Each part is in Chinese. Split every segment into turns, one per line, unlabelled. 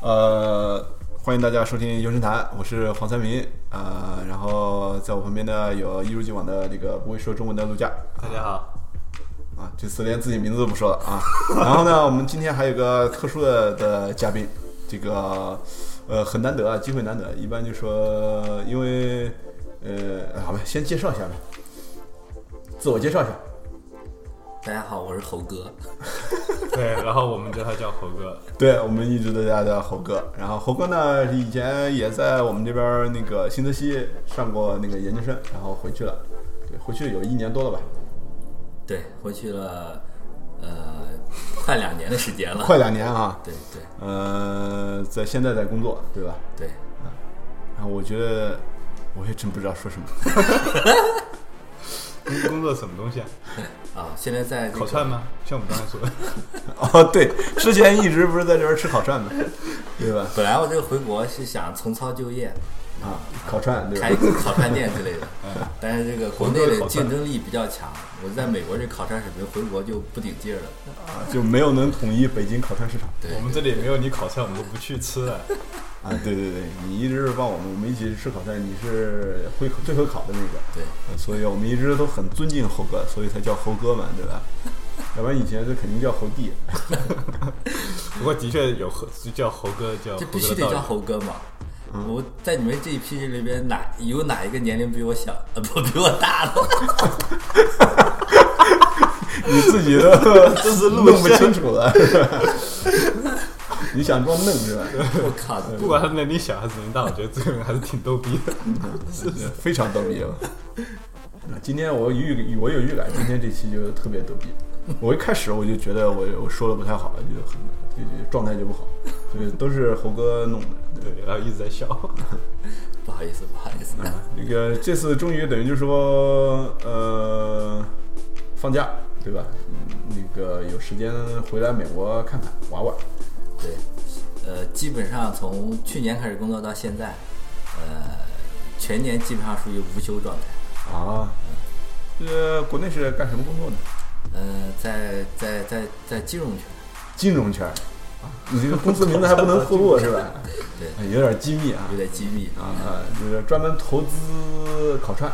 呃迎大家收听《游神谈》，我是黄三明啊、然后在我旁边呢有一如既往的这个不会说中文的陆佳
大家好，
啊，这次连自己名字都不说了啊。然后呢，我们今天还有个特殊的的嘉宾，这个呃很难得啊，机会难得。一般就说，因为呃，好吧，先介绍一下吧，自我介绍一下。
大家好，我是猴哥。
对，然后我们叫他叫猴哥，
对，我们一直都叫他叫猴哥。然后猴哥呢，以前也在我们这边儿那个新泽西上过那个研究生，然后回去了，对，回去有一年多了吧，
对，回去了，呃，快两年的时间了。
快两年啊。
对对
呃，在现在在工作，对吧？
对，
然后我觉得，我也真不知道说什么。
工工作什么东西啊？
啊，现在在、那个、
烤串吗？像我们刚才说的，
哦，对，之前一直不是在这边吃烤串吗？对吧？
本来我这个回国是想重操旧业，
啊，烤串对吧
开一？个烤串店之 类的，
嗯
但是这个国内
猴哥的
的
烤串
竞争力比较强，我在美国这烤串水平回国就不顶劲儿了。
啊，就没有能统一北京烤串市场
对
我们这里没有你烤串，我们都不去吃了。
啊。对对对，你一直是帮我们，我们一起吃烤串，你是会最会烤的那个。
啊
对，
呃所以我们一直都很尊敬猴哥，所以才叫猴哥嘛，对吧？要不然以前这肯定叫猴弟。
不过的确有猴，就叫猴哥，叫
这
猴哥
必须
的道
得
理。
叫
嗯
猴哥嘛。我在你们这一批人里边，哪有哪一个年龄比我小，呃，不比我大的？
你自己 都这是弄不清楚了，是吧你想装嫩是吧？
我靠！
不管他年龄小还是年龄大，我觉得这个人还是挺逗 逼的。
非常逗逼。啊那今天我有预我有预感，今天这期就特别逗逼。我一开始我就觉得我我说的不太好，就很就就状态就不好，就是都是猴哥弄的。
对，然后一直在笑。
不好意思，不好意思。
那个这次终于等于就是说，呃，放假对吧？嗯那个有时间回来美国看看玩玩。
对，呃，基本上从去年开始工作到现在，呃，全年基本上属于无休状态。
啊，呃，国内是干什么工作呢？
呃，在在在在金融圈，
金融圈儿。啊你这个公司名字还不 能透露是吧？
对，
哎有点机密啊。
有点机密。
啊，就是专门投资烤串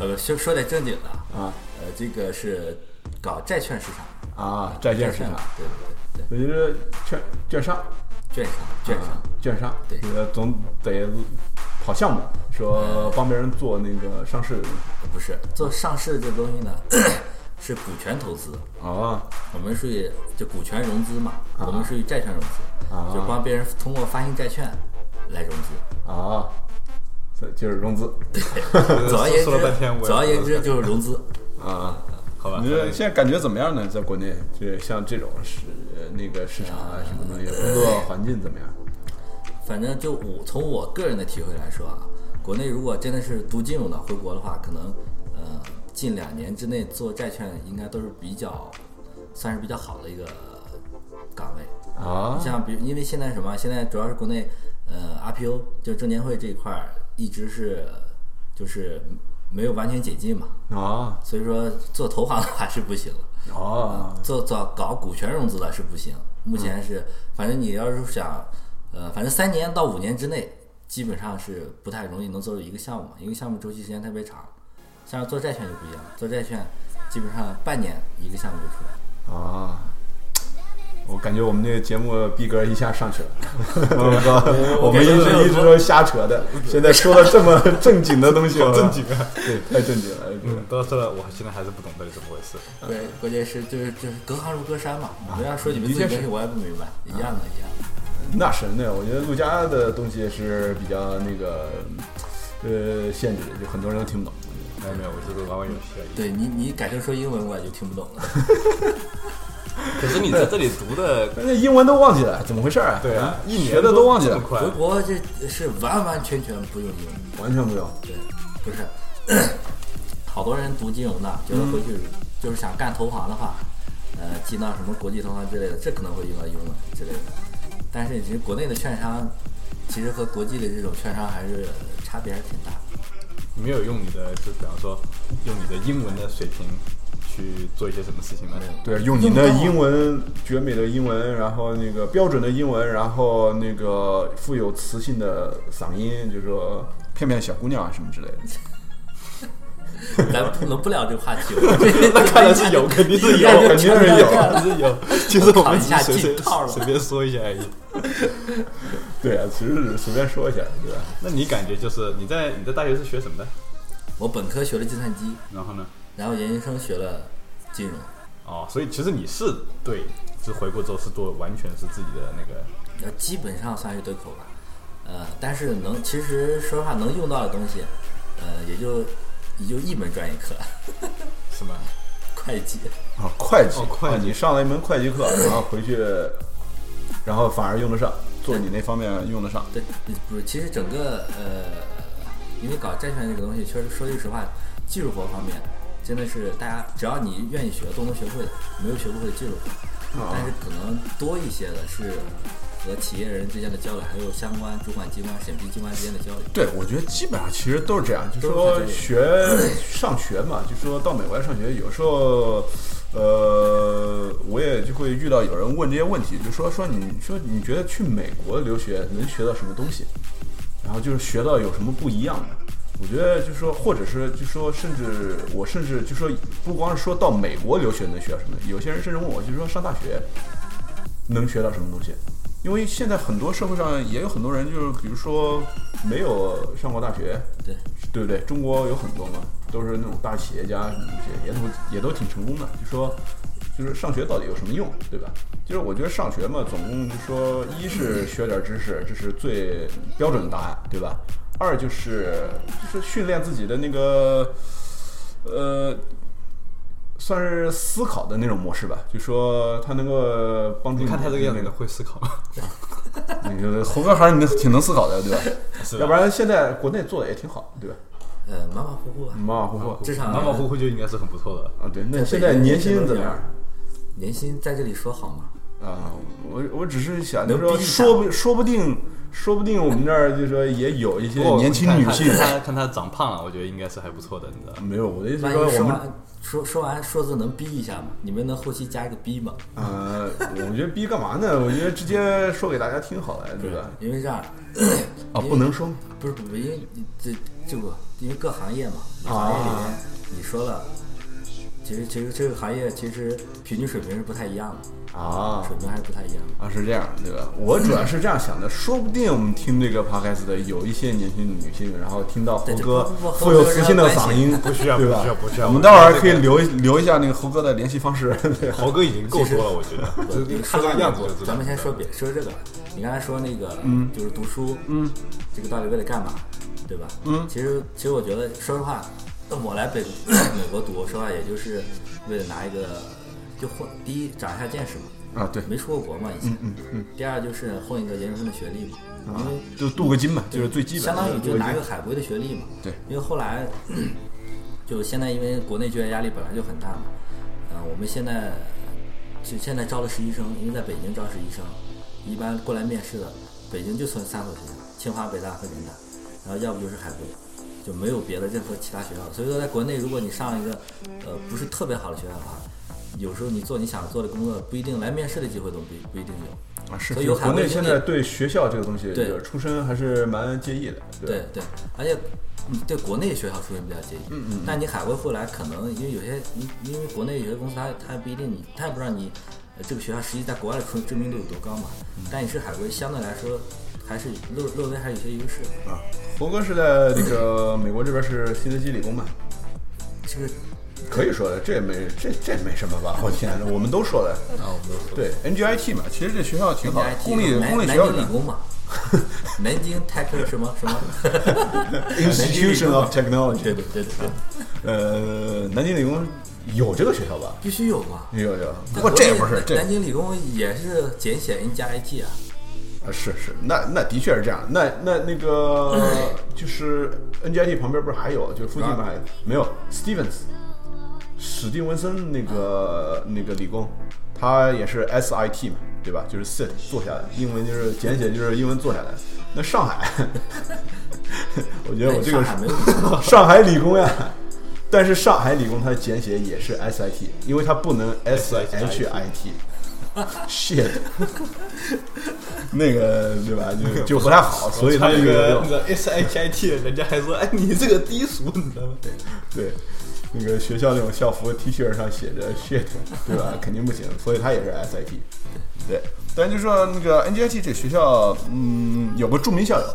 呃，说说点正经的，啊，
啊
呃，这个是搞债券市场，
啊，债券市场，
对对
我觉得券券商，
对，券商券商
啊。券商，
对
呃，总得跑项目，说帮别人做那个上市的东西
不是做上市这东西呢，是股权投资，
啊
我们属于就股权融资嘛，我们属于债券融资，
啊
就帮别人通过发行债券来融资。
啊，这就是融资
对，总而言之
说了半天我，也
总而言之就是融资。
啊。
好吧
你，这现在感觉怎么样呢？在国内，就是像这种市那个市场啊，什么东西，工作环境怎么样？
反正就我从我个人的体会来说啊，国内如果真的是读金融的回国的话，可能呃近两年之内做债券应该都是比较算是比较好的一个岗位。
啊
像比如因为现在什么，现在主要是国内呃 RPO 就证监会这一块儿一直是就是没有完全解禁嘛，
啊
所以说做投行的话是不行了。
啊
做做搞股权融资的是不行，目前是，反正你要是想，呃，反正三年到五年之内，基本上是不太容易能做出一个项目嘛，一个项目周期时间特别长。像是做债券就不一样，做债券基本上半年一个项目就出来了。
啊！我感觉我们这个节目逼格一下上 去了。我靠，我们一直一直都是瞎扯的，现在说了这么正经的东西，我
正经，啊。
对，太正经了。
嗯，到这了，我现在还是不懂到底怎么回事。
对，关键是就是就是隔行如隔山嘛，你们要说你们
的
自己
确
东西，我也不明白，一样的，一样的。
那是那，我觉得陆家的东西是比较那个呃限制的，就很多人都听不懂。
没有没有，我就是玩玩游戏而已。
对你你改成说英文我也就听不 懂了。
可是你在这里读的，
那英文都忘记了，怎么回事啊？
对啊，一
学
年
的都忘记了
这么，快啊
回国这是完完全全不用英文。
完全不用。
对，不是， 好多人读金融的，觉得回去
嗯
就是想干投行的话，呃，进到什么国际投行之类的，这可能会用到英文之类的。但是其实国内的券商，其实和国际的这种券商还是差别还是挺大的。
没有用你的，就比方说用你的英文的水平去做一些什么事情吗？
对，用你的英文绝美的英文，然后那个标准的英文，然后那个富有磁性的嗓音，就是说骗骗小姑娘啊什么之类的。
咱不能不聊这个话题，我们这
那看来是有，肯定 是有，
那就
肯定是
承
有，
认了
肯定是 有。其实我们只是随
扛一下进
随
套了
随便说一下而已。
对啊，其实只是随便说一下，对吧？
那你感觉就是你在你在大学是学什么的？
我本科学了计算机，
然后呢？
然后研究生学了金融，
哦，所以其实你是对，就回国之后是做完全是自己的那个，
呃，基本上算是对口吧。呃，但是能其实说实话能用到的东西，呃，也就也就一门专业课，
什么？
会计。
啊，会计，
哦会计
啊你上了一门会计课，然后回去，然后反而用得上，做你那方面用得上。
对，不是，其实整个呃，因为搞债券这个东西，确实说句实话，技术活方面真的是大家只要你愿意学，都能学会的，没有学不会的技术活。
哦
啊
但是可能多一些的是和企业人之间的交流，还有相关主管机关、审批机关之间的交流。
对，我觉得基本上其实都是这样，就
都
说
是
学 上学嘛，就说到美国来上学，有时候，呃，我也就会遇到有人问这些问题，就说说你说你觉得去美国留学能学到什么东西，然后就是学到有什么不一样的。我觉得就说，或者是就说，甚至我甚至就说，不光是说到美国留学能学到什么，有些人甚至问我，就是说上大学能学到什么东西？因为现在很多社会上也有很多人，就是比如说没有上过大学，
对，
对不对？中国有很多嘛，都是那种大企业家什么这些，也都也都挺成功的。就说就是上学到底有什么用，对吧？就是我觉得上学嘛，总共就说一是学点知识，这是最标准的答案，对吧？二就是就是训练自己的那个呃算是思考的那种模式吧，就说它能够帮助
你看他这个样
那
子会思 考吗？
那个猴哥还是能挺能思考的，对吧？
是吧
要不然现在国内做的也挺好，对吧？
呃，马马虎虎吧。
马马虎虎
至少
嗯马马虎虎就应该是很不错的。
啊，对。那现在年薪怎么样？
年薪在这里说好吗？
啊，我我只是想，就是说
能逼一下
说不说不定，说不定我们这儿就说也有一些
不过
年轻
看
女
他
性。
看他看他长胖了，我觉得应该是还不错的，你知道吗？
没有，我的意思
万
是说
一
我
说
们
完说说完数字能逼一下吗？你们能后期加一个逼吗？
呃，我觉得逼干嘛呢？我觉得直接说给大家听好了，对吧？
因为这样，
啊，不能说
哦不是不是，因为你这这个，因为各行业嘛，
啊
行业里面你说了，其实其实这个行业其实平均水平是不太一样的，
啊
水平还是不太一样的。
啊，是这样，对吧？我主要是这样想的，说不定我们听这个 podcast 的有一些年轻女性，然后听到猴
对这
哥
不不不
富有磁性的嗓音，
不需要
对吧
不需要不需要
我们待会儿可以留留一下那个猴哥的联系方式， 对吧
猴哥已经够多了，我觉 得。
不
就
你
看
说
这
到
个样子就知道。
咱们先说别说这个吧。你刚才说那个，就是读书，嗯，这个到底为了干嘛，对吧？嗯，其实其实我觉得，说实话，我来北 美国读，说实话也就是为了拿一个，就混第一长一下见识嘛，
啊，对，
没出过国嘛以前，嗯嗯嗯，第二就是混一个研究生的学历嘛，因为
就镀个金嘛，就是最基本的，
相当于
镀
就
个
拿一
金
个海归的学历嘛。
对
因为后来 就现在因为国内就业压力本来就很大嘛，呃，我们现在就现在招了实习生，因为在北京招实习生，一般过来面试的，北京就剩三所学校，清华、北大和人大，然后要不就是海归。就没有别的任何其他学校，所以说在国内，如果你上一个，呃，不是特别好的学校的话，有时候你做你想做的工作，不一定来面试的机会都不一不一定有
啊，是
所以
就
有海
国
归
内
经
现
历
在对学校这个东西，
对
就是出身还是蛮介意的，
对
吧
对，而且你对国内学校出身比较介意，嗯嗯，但你海归后来可能因为有些，因因为国内有些公司它它不一定你，它也不知道你呃这个学校实际在国外的出知名度有多高嘛，
嗯
但你是海归，相对来说还是略略微还是有些优势。
啊，猴哥是在那个美国这边是新泽西理工嘛，
这个
可以说的，这也没这这也没什么吧？我天，我们都说的，
啊，我们都说
对 NGIT 嘛，其实这学校挺好的
NIT，，
公立
南
公立学
南
校
京理工 嘛，南京 tech 什么什么
Institution of
对
Technology，
对对对对，
呃，南京理工有这个学校吧？
必须有嘛。
有有，不
在
过
国
这也
内
不是
南
这
南京理工也是简写 N 加 IT 啊，
啊是是，那那的确是这样。那那那个 就是 NGIT 旁边不是还有，就是附近不还有没有 Stevens，史蒂文森那
啊
个那个理工，他也是 SIT 嘛，对吧？就是 sit 坐下来，英文就是简写就是英文坐下来。那 上海，我觉得我这个
上海没有理工
上海理工呀，但是上海理工它的简写也是 SIT，因为它不能 SHIT。shit，那个对吧？就就不太好，所以它
那
这
个
个
那个 S H I T，人家还说，哎，你这个低俗，你知道吗？
对，那个学校那种校服 T 恤上写着 shit，对 吧？肯定不行，所以它也是 SIT。对，但就说那个 NGIT 这个学校，嗯，有个著名校友，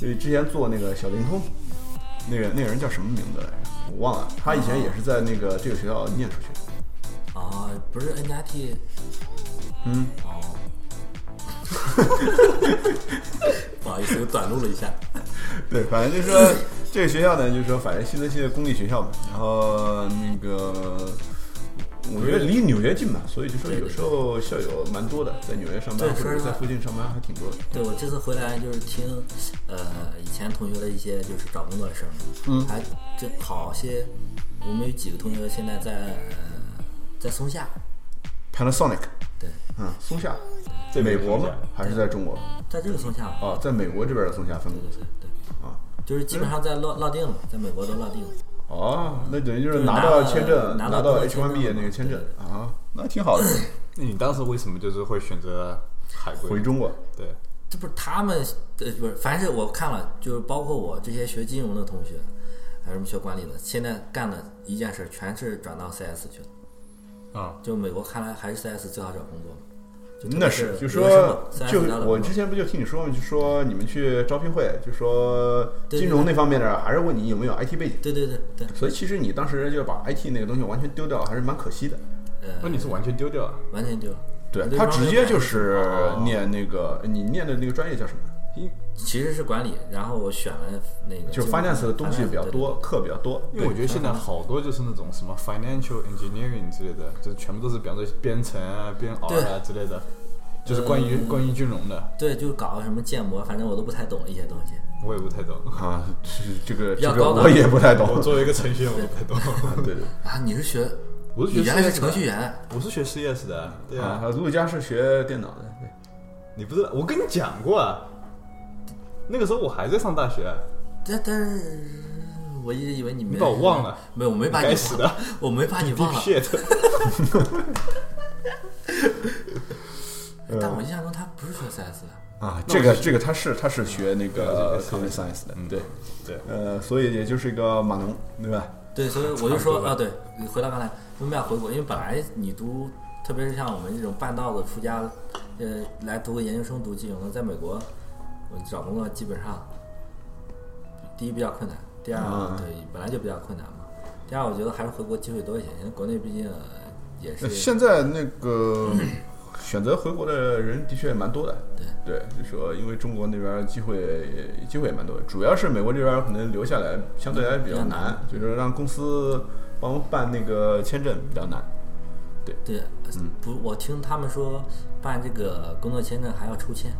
就是之前做那个小灵通，那个那个人叫什么名字来着？我忘了，他以前也是在那个这个学校念出去的。
啊，不是 N 加 T，
嗯，
哦， 不好意思，我短路了一下。
对，反正就是说这个学校呢，就是说反正新泽西的公立学校嘛，然后那个。我觉得离纽约近嘛，所以就说有时候校友蛮多的，在纽约上班
对
或者
说实
在
话
附近上班还挺多的。
对我这次回来就是听，呃，以前同学的一些就是找工作的事儿嘛，
嗯
还这好些，我们有几个同学现在在、呃、在松下，
Panasonic，
对，
嗯，松下，
这
美
边
国吗
松下？
还是在中国？
在这个松下，
哦，在美国这边的松下分
对
公
对
司
对对，
啊。
就是基本上在落落定了，在美国都落定了。
哦，那等于就
就是是
拿
拿
到
了
签证，
拿
拿
到
到
工作
H1B
签证
那个签证
对
啊，那挺好的。
那你当时为什么就是会选择海归？
回中国，
对，
这不是他们，呃，不是，凡是我看了，就是包括我这些学金融的同学，还有什么学管理的，现在干的一件事，全是转到 CS 去了。
啊，
就美国看来还是 CS 最好找工作嘛，就
那
是
就
留学
说
嘛，CS
就
最好找
我
工作
之前不就听你说吗？就说你们去招聘会，就说
对对
金融那方面的，还是问你有没有 IT 背景。
对对对对，
所以其实你当时就把 IT 那个东西完全丢掉，还是蛮可惜的。
那
呃，
你是完全丢掉啊了
完全丢了。
对
对
他
方
直
面
接
感
就
觉
是念那个你念的那个专业叫什么？
因
其实是管理，然后我选了那个
就
金融
finance 的东西比较多，，课比较多。
因为我觉得现在好多就是那种什么 financial engineering 之类的，就是全部都是比方说编程啊、编 R 啊之类的，就是关于关于金融的，
对对对对对，就搞个什么建模，反正我都不太懂一些东西。
我也不太懂。
啊，这这个
比
这
较
个
高档
我也不太懂。
我作为一个程序员，我都不太懂。
对对
啊，你是学，
我是学
你原来是
CS
程序员，
我是学 CS 的，对
对
啊
啊，，陆家是学电脑的，对
你不知道，我跟你讲过啊，那个时候我还在上大学，啊
但但是我一直以为你没，
你把我忘了，
没有，我没把你
该
忘
死
了
的，
我没把你 忘了。
shit，
但我印象中他不是学 CS 的，
啊，这个这个他是他是学那个
对这
computer
个
science 的，
嗯
对，
对，
呃，所以也就是一个码农，对吧？
对，所以我就
差
说
不多吧
啊，对，你回到刚才为什么要回国？因为本来你读，特别是像我们这种半道子出家，呃，来读个研究生读金融的，在美国，我找工作基本上，第一比较困难，第二、
嗯
对本来就比较困难嘛，第二我觉得还是回国机会多一些，因为国内毕竟呃也
那
是
现在那个选择回国的人的确蛮多的，
对
对，就说因为中国那边机会机会也蛮多的，主要是美国这边可能留下来相对来比较
比较
难，就是让公司帮忙办那个签证比较难。
对，呃不，我听他们说办这个工作签证还要抽签，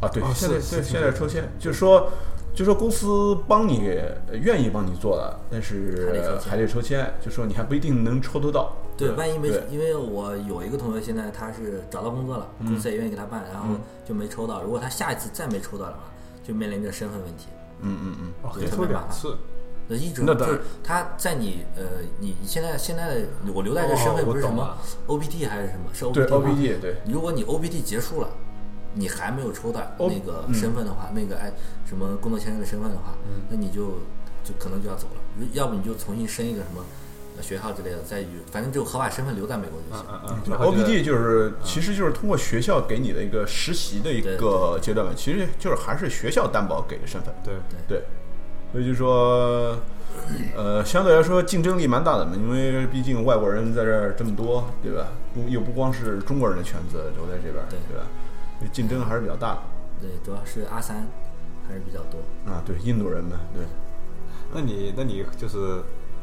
啊，对，
哦
现在
是
对
是
现在抽签，就是说，就说公司帮你呃愿意帮你做了，但是
还得抽签
还得抽签，就说你还不一定能抽得到。
对，
对
万一没
对，
因为我有一个同学现在他是找到工作了，公司也愿意给他办，然后就没抽到。如果他下一次再没抽到的话，就面临着身份问题。
嗯嗯嗯，
哦，
对
你说两次，
那一直
那
就
当然
是他在你呃，你现在现在的我留在这身
哦
份
我
不是什
懂
么
了
OPT 还是什么，是
对
OPT 吧
OPD 对，
如果你 OPT 结束了，你还没有抽到
O-
那个
嗯
身份的话，那个哎什么工作签证的身份的话，
嗯
那你就就可能就要走了，如要不你就重新申一个什么呃学校之类的，再与反正只有合法身份留在美国就
嗯
行。
嗯嗯
对
然后就
OPD 就是其实就是通过学校给你的一个实习的一
嗯对
个阶段嘛，其实就是还是学校担保给的身份。
对，
对，所以就说，呃，相对来说竞争力蛮大的嘛，因为毕竟外国人在这儿这么多，对吧？不又不光是中国人的圈子留在这边儿，
对
对吧？所以竞争还是比较大
对，主要是阿三还是比较多。
的啊。对，印度人嘛，对，
那你那你就是，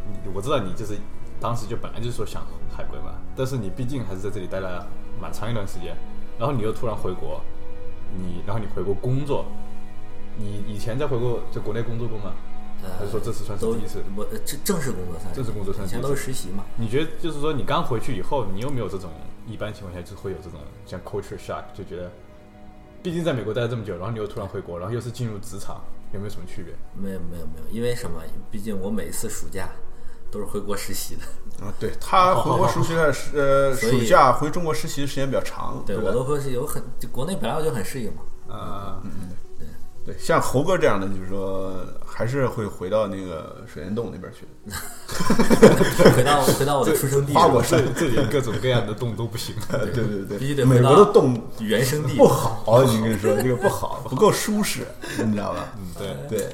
你我知道你就是当时就本来就说想海归嘛，但是你毕竟还是在这里待了蛮长一段时间，然后你又突然回国，你然后你回国工作，你以前在回国在国内工作过吗？还
呃，
是说这次算是
都
第一次？
我呃正正式工作算是
正式工作算
以
是
前
第一
都
次
是实习嘛。
你觉得就是说，你刚回去以后，你有没有这种一般情况下就会有这种像 culture shock，就觉得，毕竟在美国待了这么久，然后你又突然回国，然后又是进入职场，有没有什么区别？
没有没有没有，因为什么？毕竟我每一次暑假都是回国 实习的，
啊，对他回国实习的时呃
所
暑
以
假回中国实习的时间比较长，对
对我
吧？
都会是有很就国内本来我就很适应嘛，
呃，
对，像猴哥这样的，就是说还是会回到那个水帘洞那边去。
嗯回到回到我 的出生地，
花果山
这，这里各种各样的洞都不行。
对对对
必须得
对，美
回到
国的洞
原生地
不好，你跟你说这个不好，不够舒适，你知道吧？
嗯，对，
对，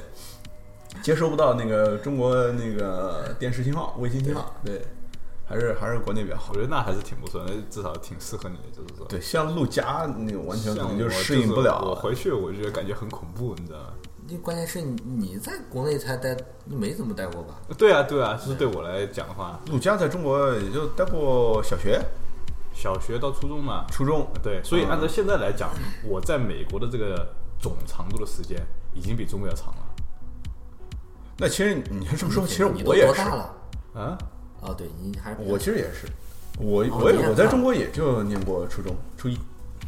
接收不到那个中国那个电视信号、卫星信号，对，还是还是国内比较好
我。觉得那还是挺不错的，至少挺适合你的，就是说。
对，像陆家那个完全可
像
能
我就
适应
是
不
我
了。
回去我就觉得感觉很恐怖，你知道吗？
你关键是你你在国内才待，你没怎么待过吧？
对啊，对啊，就是对我来讲的话，
陆家在中国也就待过小学、
小学到初中嘛，
初中，
对，所以按照现在来讲，我在美国的这个总长度的时间已经比中国要长了。
那其实你要这么说，其实
你都
我也
多
是，
大了？
啊，
哦，对你还是比较
我其实也是，我
哦
我
你
也
也
我在
大
中国也就念过初中，初一，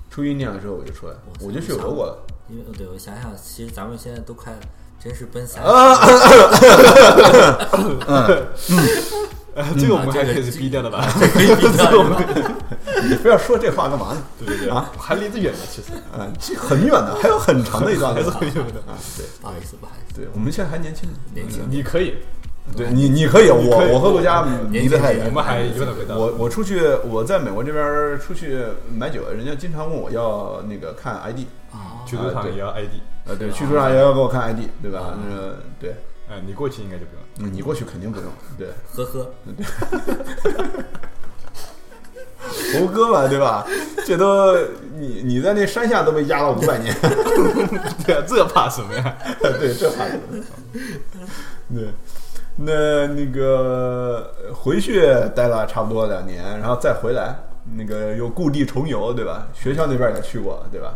初一念了之后我就出来，
哦
我就去俄国 了。
因为对我想想，其实咱们现在都快真是 奔三
呃 这个我们还
这个
可以是逼掉的吧？
可以 比较了。
你非要说这话干嘛呢？
对对对，
啊
还离得远呢，其实
啊，这很远的，还有很长的一段
还 是
路。
很远的。
啊，对
不好意思，不好意思，
对，我们现在还年轻，
年轻
你可以，
对你，你可以，我
可以
我和陆家
年
离得
轻
太
人
我
远。
们还有点味道。
我我出去，我在美国这边儿出去买酒，人家经常问我要那个看 ID，
啊，
去赌场也要 ID，
呃，对，去桌上也要给我看 ID，对吧？呃，对，
嗯，你过去应该就不用。
嗯你过去肯定不用，对，
呵呵，
猴哥嘛，对吧？这都你你在那山下都被压了五百年，
对啊，这怕什么呀？
对，这孩子，对，那那个回去待了差不多两年，然后再回来，那个又故地重游，对吧？学校那边也去过，对吧？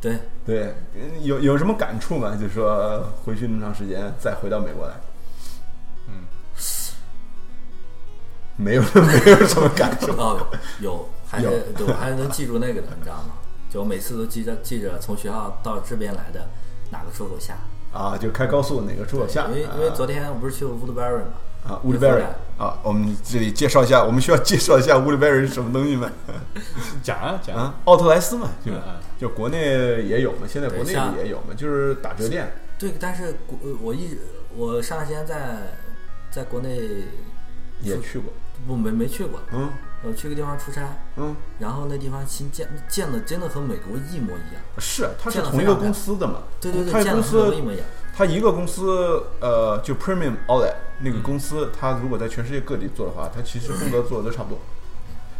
对，
对，嗯有有什么感触吗？就是说回去那么长时间，再回到美国来，
嗯，
没有 没有什么感触。
哦，有，还是
有
对我还是能记住那个的，你知道吗？就我每次都记着记着从学校到这边来的哪个出口下，
啊，就开高速哪个出口下？
因为因为昨天我不是去了 Woodbury 嘛，
啊，Woodbury
然后
啊，我们这里介绍一下，我们需要介绍一下 Woodbury 是什么东西吗？
讲啊讲
啊，奥特莱斯嘛，对吧
嗯嗯？
就国内也有嘛，现在国内
对像
也有嘛，就是打折店。
对，但是国呃我一直我上段时间在在国内
也
出
去过，
不没没去过，
嗯
我去个地方出差，
嗯，
然后那地方新建建的真的和美国一模一样，
是，啊它是
见了
同一
非
个
常
公司的嘛，
对对对，
它一
建
公
的和美
司
国一模一样，
它一个公司，呃，就 Premium Outlet 那
嗯
个公司，它如果在全世界各地做的话，它其实风格做的都差不多，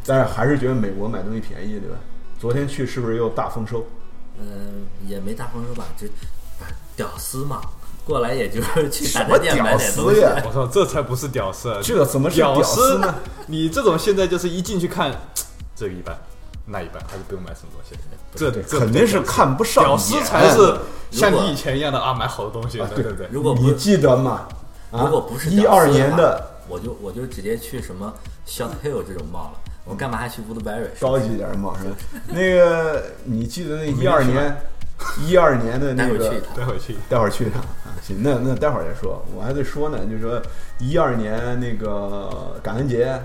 但是还是觉得美国买东西便宜，对吧？昨天去是不是又大丰收？
嗯、也没大丰收吧，就哎屌丝嘛，过来 也就是去
什
打
么
折店买
屌
点东
丝
西，啊
呀？
我操，这才不是屌丝啊！
这怎么是
屌
丝呢？？
你这种现在就是一进去看，这个一般，那一般，还是不用买什么东西。这
对，
这
肯定是看不上眼，
屌丝才是像
如果
你以前一样的啊，买好东西。
啊，
对对对，
如果不
你记得吗？啊
如果不是
一
屌丝
二
话
年的。
我就我就直接去什么 Short Hill 这种 mall 了，我干嘛还去 Woodbury？
高级一点嘛，是吧？那个你记得那一二年，一二年的那
待会儿去
个
一，趟
待会儿去。
待会儿去一趟啊，行，那那待会儿再说，我还得说呢，就是说一二年那个感恩节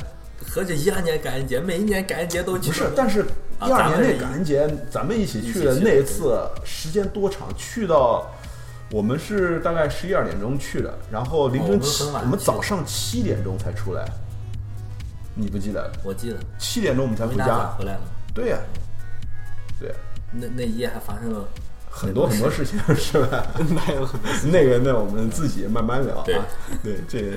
合着一二年感恩节，每一年感恩节都去。
不是，但是
啊
一二
咱
年
们
那
一
感恩节咱们一起去
一起
的
去
那
的
一次时间多长，去到。我们是大概十一二点钟去的，然后凌
哦我
晨
们
七，
很晚
我们
去
早上七点钟才出来，你不记得？
我记得
七点钟我们才
没
回
大早
家。
回来呢。
对呀、对呀、
那那一夜还发生了
很多很多事情是吧？
那有很多
那个，那我们自己慢慢聊啊。
对
对，这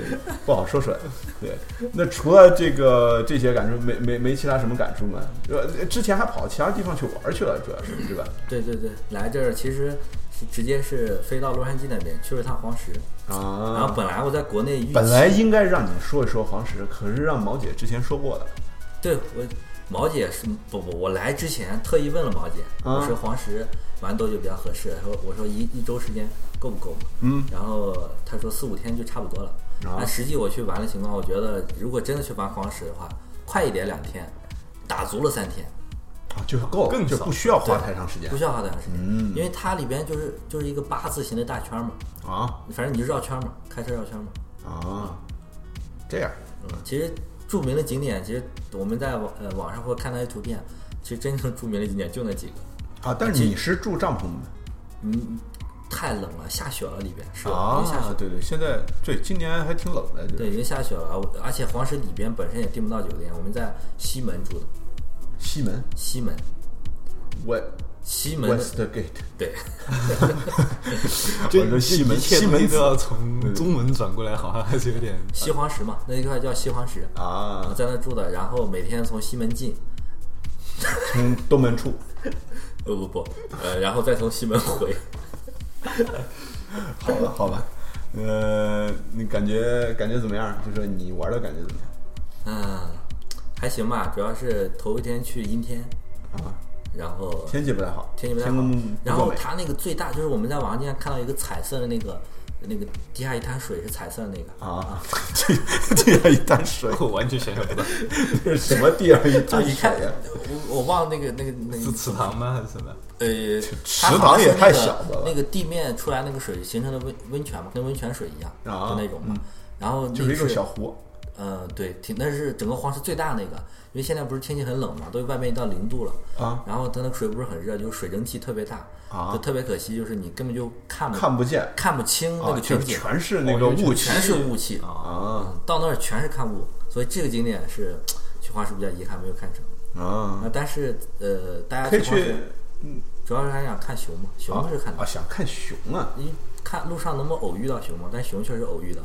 不好说出来。对，那除了这个这些感触，没没没其他什么感触吗？呃，之前还跑其他地方去玩去了，主要是对吧？
对对对，来这儿其实是直接是飞到洛杉矶那边去了趟黄石，然后
啊，
本来我在国内预期
本来应该让你说一说黄石，可是让毛姐之前说过了。
对我毛姐是不不，我来之前特意问了毛姐，
啊
我说黄石玩多久比较合适？她说我说一一周时间够不够？
嗯，
然后她说四五天就差不多了。
啊
按实际我去玩的情况，我觉得如果真的去玩黄石的话，快一点两天，打足了三天。
啊，就是够了，
更
就
少
不需要花太长时间嗯
不需要花太长时间，因为它里边就是就是一个八字形的大圈嘛，
啊
反正你就绕圈嘛，开车绕圈嘛，
啊！这样，
嗯，其实著名的景点，其实我们在网呃网上会看那些图片，其实真正著名的景点就那几个。
啊，但是你是住帐篷的。
嗯，太冷了，下雪了里边是
啊
已经下雪，，
对对，现在对今年还挺冷的，就是
对，已经下雪了。我而且黄石里边本身也订不到酒店，我们在西门住的，
西门
西门，
West
西门的
Westgate，
对，
就
我说 西门
一切
西
东
门
西
子
都要从中文转过来，好像还是有点
西黄石嘛，那一块叫西黄石，我
啊，
在那住的，然后每天从西门进，
从东门处。
呃不不，呃，然后再从西门回，
好吧，好吧，呃，你感觉感觉怎么样？就说你玩的感觉怎么样？
嗯，还行吧，主要是头一天去阴天，
啊，
然后
天气不太好，
天气不太好
空不。
然
够
后
美
它那个最大就是我们在网上经常看到一个彩色的那个，那个地下一滩水是彩色的那个，
啊， 这这样一滩 水，
我完全想象不到，
这是什么地方一
就
滩
一看
水呀？，
我我忘那个那个那
是
个
池塘吗还是什么？
呃，
池
它好像
塘也
是那
太
个
小了吧
那个地面出来那个水形成的温温泉嘛，跟温泉水一样，
啊
就那种嘛。然后
就
那
是一个小湖，
呃，对，挺那是整个黄石最大那个，因为现在不是天气很冷嘛，都外面到零度了
啊。
然后它那个水不是很热，就是水蒸气特别大
啊
就特别可惜，就是你根本就看不
看不见
看不清那
啊
个，全
就
景，
全是那个
哦
雾气
全是雾气啊，
啊
到那儿全是看雾，所以这个景点是去黄石比较遗憾没有看成。
啊，
啊，但是呃，大家
可以
黄
去
石主要是还想看熊嘛，熊是看
啊，
的，
想看熊啊，
你看路上能不能偶遇到熊嘛？但熊确实偶遇到，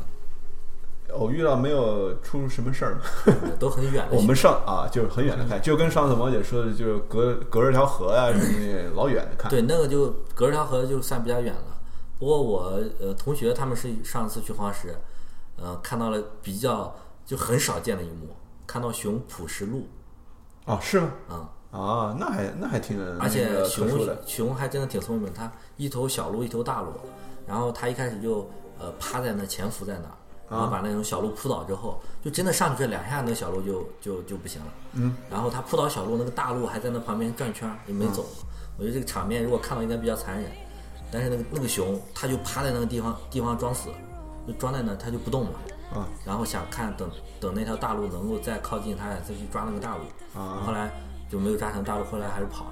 偶哦遇到没有出什么事儿吗？
呃都很远的
我
熊。
们上啊，就是很远的看，就跟上次王姐说的，就是隔隔着条河呀、什么的，老远的看。
对，那个就隔着条河就算比较远了。不过我呃同学他们是上次去黄石，呃看到了比较就很少见的一幕，看到熊捕食鹿
啊，是吗？
啊、
啊，那还那还挺
而且
那个特
熊
殊的
熊还真的挺聪明，它一头小鹿一头大鹿，然后它一开始就呃趴在那潜伏在那儿，然
啊
后把那种小鹿扑倒之后，就真的上去两下，那个小鹿就就就不行了。嗯，然后它扑倒小鹿，那个大鹿还在那旁边转圈儿也
啊
没走。我觉得这个场面如果看到应该比较残忍，但是那个那个熊它就趴在那个地方地方装死，就装在那它就不动了。
啊
然后想看等等那条大鹿能够再靠近它，再去抓那个大鹿。
啊
后来就没有抓成大鹿，后来还是跑了。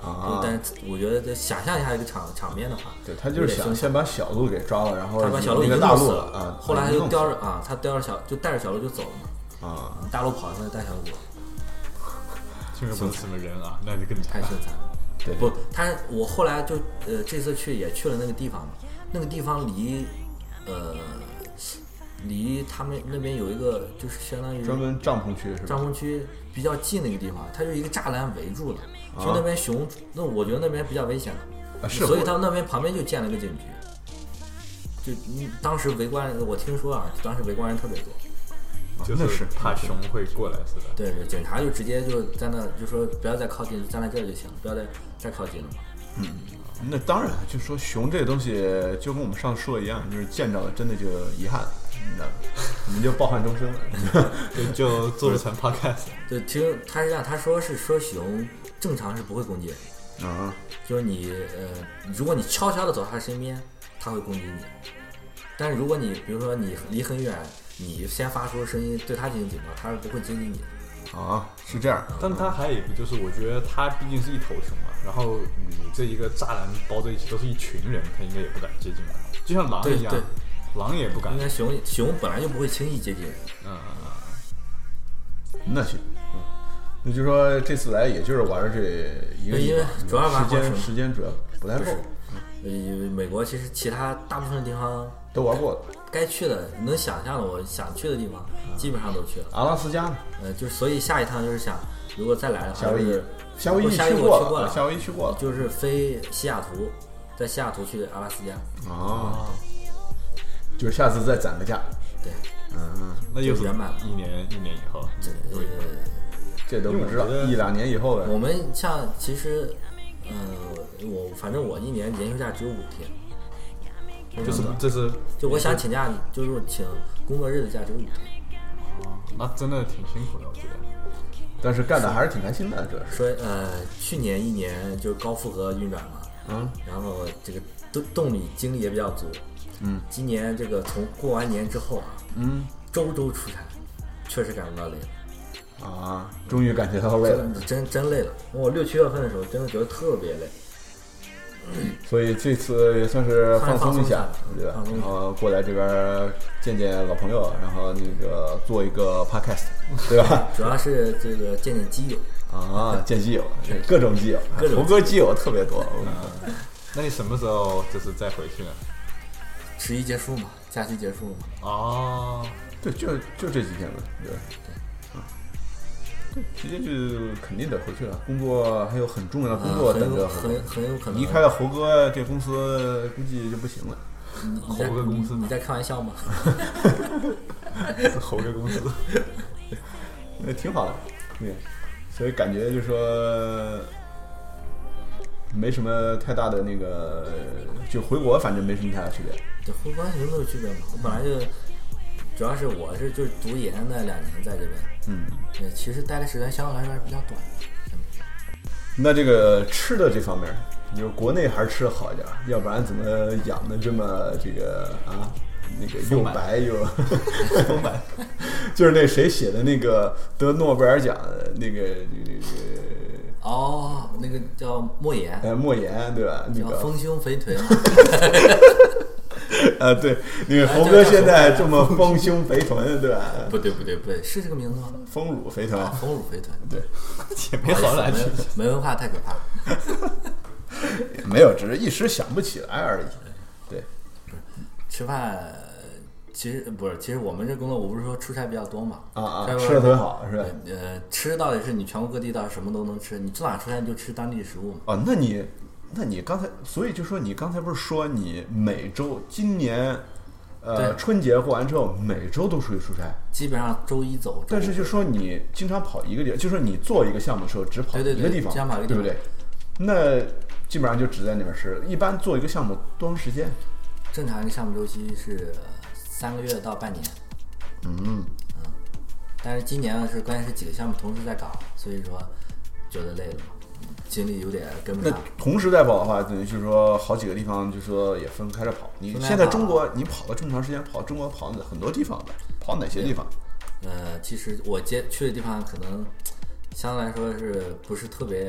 啊，
但是我觉得这想象一下这个场场面的话，
对他就是
有
想
点
先把小鹿给抓了，然后
他把小鹿已
那
经
个大
弄死
鹿
了，
啊，
后来他
已经
就
弄
叼着啊，他叼着小就带着小鹿就走了嘛，
死了啊，
大鹿跑了，他就带小鹿走了，
这个不是什么人啊，那就更惨
太
了。
凶残了。
对，
不，他我后来就呃这次去也去了那个地方嘛，那个地方离呃离他们那边有一个就是相当于
专门帐篷区是吧
帐？篷区比较近的一个地方，它就一个栅栏围住了，就那边熊，那我觉得那边比较危险的，
啊是
所以他们那边旁边就建了一个警局。就你当时围观，我听说啊，当时围观人特别多，
啊
就
那是
怕熊会过来似的。
对对，警察就直接就在那就说不要再靠近，就站在这儿就行，不要再再靠近了。
那当然，就说熊这东西就跟我们上次说的一样，就是见着了真的就遗憾，你知道吗？我们就抱憾终生了。
对，就做了成 podcast，
就听他是这样，他说是说熊正常是不会攻击人的，
啊
就是你呃，如果你悄悄的走到他身边，他会攻击你。但是如果你比如说你离很远，你先发出声音对他进行警告，他是不会接近你的。
啊，是这样
但它还有一个就是，我觉得它毕竟是一头熊嘛，然后你这一个栅栏包在一起都是一群人，它应该也不敢接近它，就像狼
对
一样
对，
狼也不敢
应。该熊熊本来就不会轻易接近人。
嗯，
那行，嗯，那就说这次来也就是玩这一个地
因为
方，
主要玩
时
黄
间
石
时间主要不太够，
是
嗯
呃，美国其实其他大部分地方
都玩过了。
该去的、能想象的，我想去的地方
嗯
基本上都去了。
阿拉斯加呢？
呃，就是所以下一趟就是想，如果再来的话，
夏威夷
就是，
夏威夷
我夏威夷
过
我去过
了，
了
夏威夷去过了。
就是飞西雅图，在西雅图去阿拉斯加。
啊，就是下次再攒个假，
对，
嗯，
那又是
就圆满了
一年一年以后，对
这都不知道
因为我觉得
一两年以后
我
了。
们像其实，呃，我反正我一年年休假只有五天，
就是这是，
就我想请假，就是请工作日的假只有五天。
那啊真的挺辛苦的，我觉得。
但是干的还是挺开心的，主要是。
所以呃，去年一年就是高负荷运转嘛，
嗯，
然后这个动动力精力也比较足。
嗯，
今年这个从过完年之后啊，
嗯，
周周出差，确实感觉到累了。
啊，终于感觉到累了。
真真真累了。我六七月份的时候，真的觉得特别累。
所以这次也算是放松一下，对吧
放？松一
然
下
后过来这边儿见见老朋友，然后那个做一个 podcast，对吧？
主要是这个见见基友，
啊，见 基友，各种基友，
各种嗯
胡歌基友特别多。嗯我跟你说
那你什么时候就是再回去呢？
十一结束嘛，假期结束嘛，
哦，
对，就就这几天了，对，啊对，直接就肯定得回去了，工作还有很重要的工作
嗯
等
很有
着猴哥
很。很有可能
离开了猴哥，这公司估计就不行了。
你在
猴哥公司
你在开玩笑吗？
猴哥公司，
那挺好的，对，所以感觉就说没什么太大的那个，就回国反正没什么太大区别。
这互关系没有区别嘛。我本来就，主要是我是就是读研那两年在这边，
嗯，
对，其实待的时间相对来说还是比较短的。
那这个吃的这方面，就是国内还是吃的好一点，要不然怎么养的这么这个啊，那个又
丰满
白又 丰满？就是那谁写的那个得诺贝尔奖的那个那个
哦，那个叫莫言，
呃莫言对吧？那
叫
个
丰胸肥 臀嘛，
啊对，那
哎
个猴哥现在这么丰胸肥臀对吧？
不对不对不对，是这个名字吗？
丰乳肥臀
啊，丰乳肥臀，
对，
也没好
没
哪去。
没文化太可怕了。
没有，只是一时想不起来而已。对，
吃饭呃其实不是，其实我们这工作，我不是说出差比较多嘛，
啊啊吃
出差比较
得
多
特别好是吧
呃，吃到底是你全国各地到底什么都能吃，你去哪儿出差你就吃当地的食物嘛。
哦，那你，那你刚才，所以就说你刚才不是说你每周今年，呃，
对
春节过完之后每周都出去出差，
基本上周一走，周
但是就说你经常跑一个地，就说你做一个项目的时候只跑
对对
一个
对
地方，
经常跑一个地
对不对？那基本上就只在那边吃。一般做一个项目多长时间？
正常一个项目周期是呃三个月到半年，
嗯，
但是今年呢是关键是几个项目同时在搞，所以说觉得累了嘛，精力有点跟不
那
上。
同时在跑的话，等于就是说好几个地方，就是说也分开着跑。你
分开
现在
跑啊
中国，你跑了这么长时间，跑中国跑了很多地方的，跑哪些地方？
呃，其实我接去的地方可能相对来说是不是特别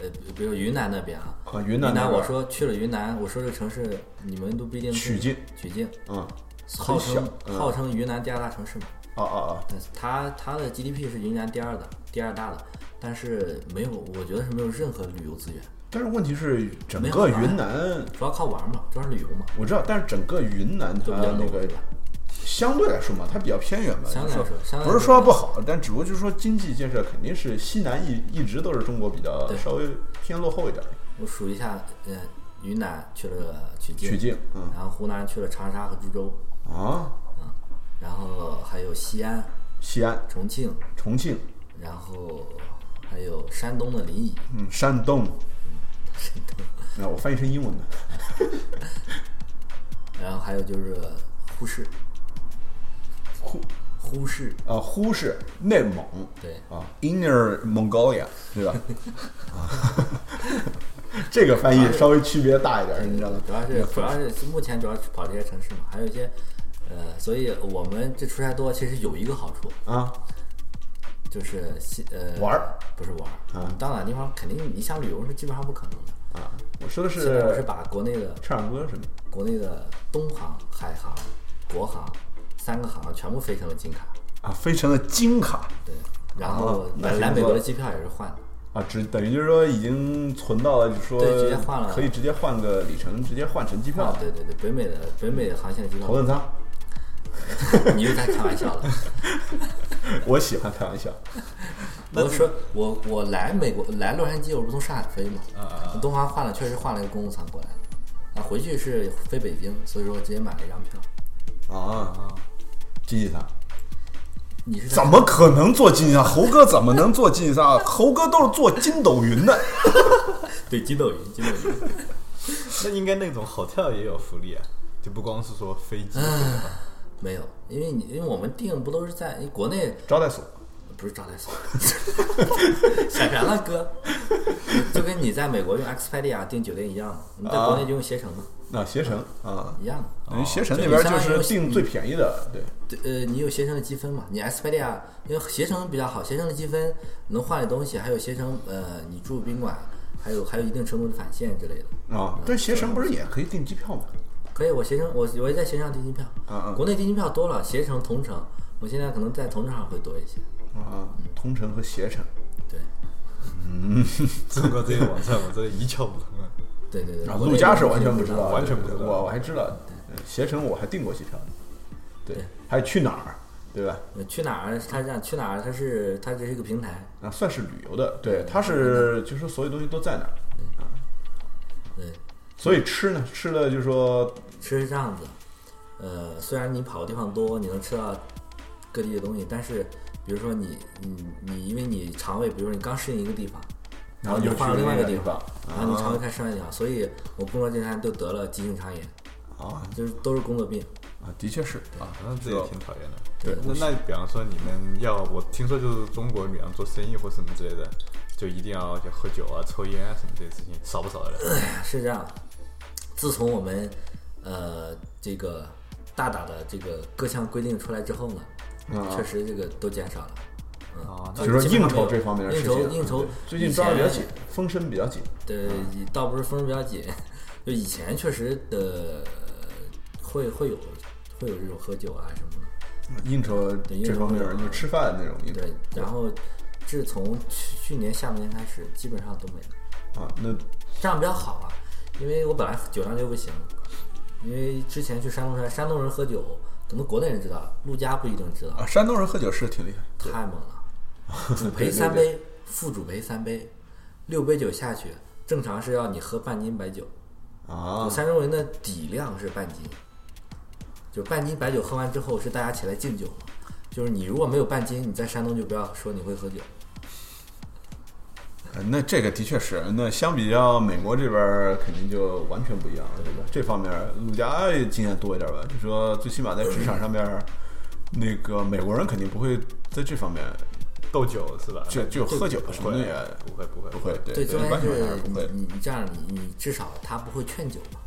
呃，比如云南那边啊，
啊云南那边
我说去了云南，我说这个城市你们都不一定
取
去
经
取经，
嗯，
号
很小
称、
嗯、
号称云南第二大城市嘛，
哦哦
但是它它的 GDP 是云南第二的，第二大的，但是没有，我觉得是没有任何旅游资源，
哦，但是问题是，整
没有
个
玩
云南
主要靠玩嘛，主要是旅游嘛，
我知道，但是整个云南它
就比较 low
那个
对吧？
相对来说嘛，它比较偏远吧，
相对来
就是
说相对来
不是
说
说不好，但只不过就是说经济建设肯定是西南一一直都是中国比较
对
稍微偏落后一点儿。
我数一下，呃，云南去了取经，
取经嗯
然后湖南去了长沙和株洲，嗯
啊，
然后还有西安、
西安、
重庆，
重庆，
然后还有山东的临沂，
嗯，山东，那我翻译成英文的，
然后还有就是呼市，
呼
呼市，
啊，呼是内蒙，
对，
啊，Inner Mongolia，对吧？ 啊，这个翻译稍微区别大一点儿，你知道吗？
主要是主要是目前主要是跑这些城市嘛，还有一些，呃，所以我们这出差多，其实有一个好处，
啊，
就是西呃
玩儿，
不是玩儿，
啊
你到哪地方肯定你想旅游是基本上不可能的。
啊，我说的是
现在我是把国内的
唱歌什么的
国内的东航、海航、国航三个航全部飞成了金卡，
啊，飞成了金卡
对，然
啊
后
那
来
挺
来
不
美
错
国
的
的机票也是换的，
啊，只等于就是说已经存到了，就是说
对直接换了
可以直接换个里程，直接换成机票
啊，，对对对，北美的北美的航线的机
头
票，
等舱。
你又在开玩笑了。
我喜欢开玩笑，
我说我我来美国来洛杉矶，我不是从上海飞嘛
啊啊，
东航换了，确实换了一个公务舱过来，啊，回去是飞北京，所以说我直接买了一张票。
啊，经济舱。
你是 在
怎么可能坐经济舱？猴哥怎么能坐经济舱？猴哥都是坐筋斗云的。
对金斗云金斗云？
那应该那种 hotel 也有福利啊，就不光是说飞机。
嗯没有，因为你因为我们订不都是在因为国内
招待所
不是招待 所，想啥了哥？就跟你在美国用 Expedia 订酒店一样嘛，你在国内就用携程嘛，
啊，携程啊，
哦一样的。嗯
等于携程那边就是订最便宜的，对，
对呃，你有携程的积分嘛？你 Expedia 因为携程比较好，携程的积分能换的东西，还有携程呃，你住宾馆，还有还有一定程度的返现之类的。
啊，但携程不是也可以订机票吗？
可以，我携程我我也在携程上订机票，
嗯嗯
国内订机票多了，携程、同城，我现在可能在同城上会多一些。
啊，同城和携程。
对，
中国这些网站我真的一窍不通啊。
对对对，
啊，
国内
陆家
订
是
机
完全
票
不知道，
完全不知道
对我我还知道，携程我还订过机票呢，对
对，
还有去哪儿，对吧？
呃去哪儿？它这样去哪儿？它是它这是一个平台，
啊，算是旅游的，对，它
嗯
是就是说所有东西都在那儿，
对，
所以吃呢，吃的就是说，
吃是这样子。呃，虽然你跑的地方多，你能吃到各地的东西，但是比如说你你你，因为你肠胃，比如说你刚适应一个地方，
然后
你
又
换
去
了另外一
个
个地
方
然后你肠胃
啊
开始适应地方，所以我工作这三年都得了急性肠炎，
啊
就是都是工作病。
啊，的确是啊，
那这也挺讨厌的。
对
那那比方说你们要，我听说就是中国女人做生意或什么之类的，就一定要就喝酒啊、抽烟啊什么这些事情，少不少的嘞。
是这样，自从我们呃这个大大的这个各项规定出来之后呢，
啊
确实这个都减少了。
啊，
就是说应酬这方面的事
应
情
酬
啊，
应酬
对最近抓的比较
以前
紧，风声比较紧，
对，以倒不是分比较紧，就以前确实的会会有会有这种喝酒啊什么的，
应酬
对应酬
这方面就是吃饭那种应酬
对。然后自从去去年下半年开始，基本上都没了，
啊，那
这样比较好啊，因为我本来酒量就不行，因为之前去山东山，山东人喝酒，可能国内人知道，陆家不一定知道，
啊，山东人喝酒是挺厉害，
太猛了，
对
主 陪
对
三
对
杯，副主陪三杯，六杯酒下去，正常是要你喝半斤白酒。
啊
山东人的底量是半斤，就半斤白酒喝完之后是大家起来敬酒嘛。就是你如果没有半斤，你在山东就不要说你会喝酒。
呃那这个的确是，那相比较美国这边儿肯定就完全不一样了，对吧？这方面儿陆家也经验多一点吧，就说最起码在职场上面儿，那个美国人肯定不会在这方面
斗酒是吧？
就就喝酒什么的也
不会不会
不会，对
对，最关
完
键
全
是
还是不会
你。你你这样，你你至少他不会劝酒嘛。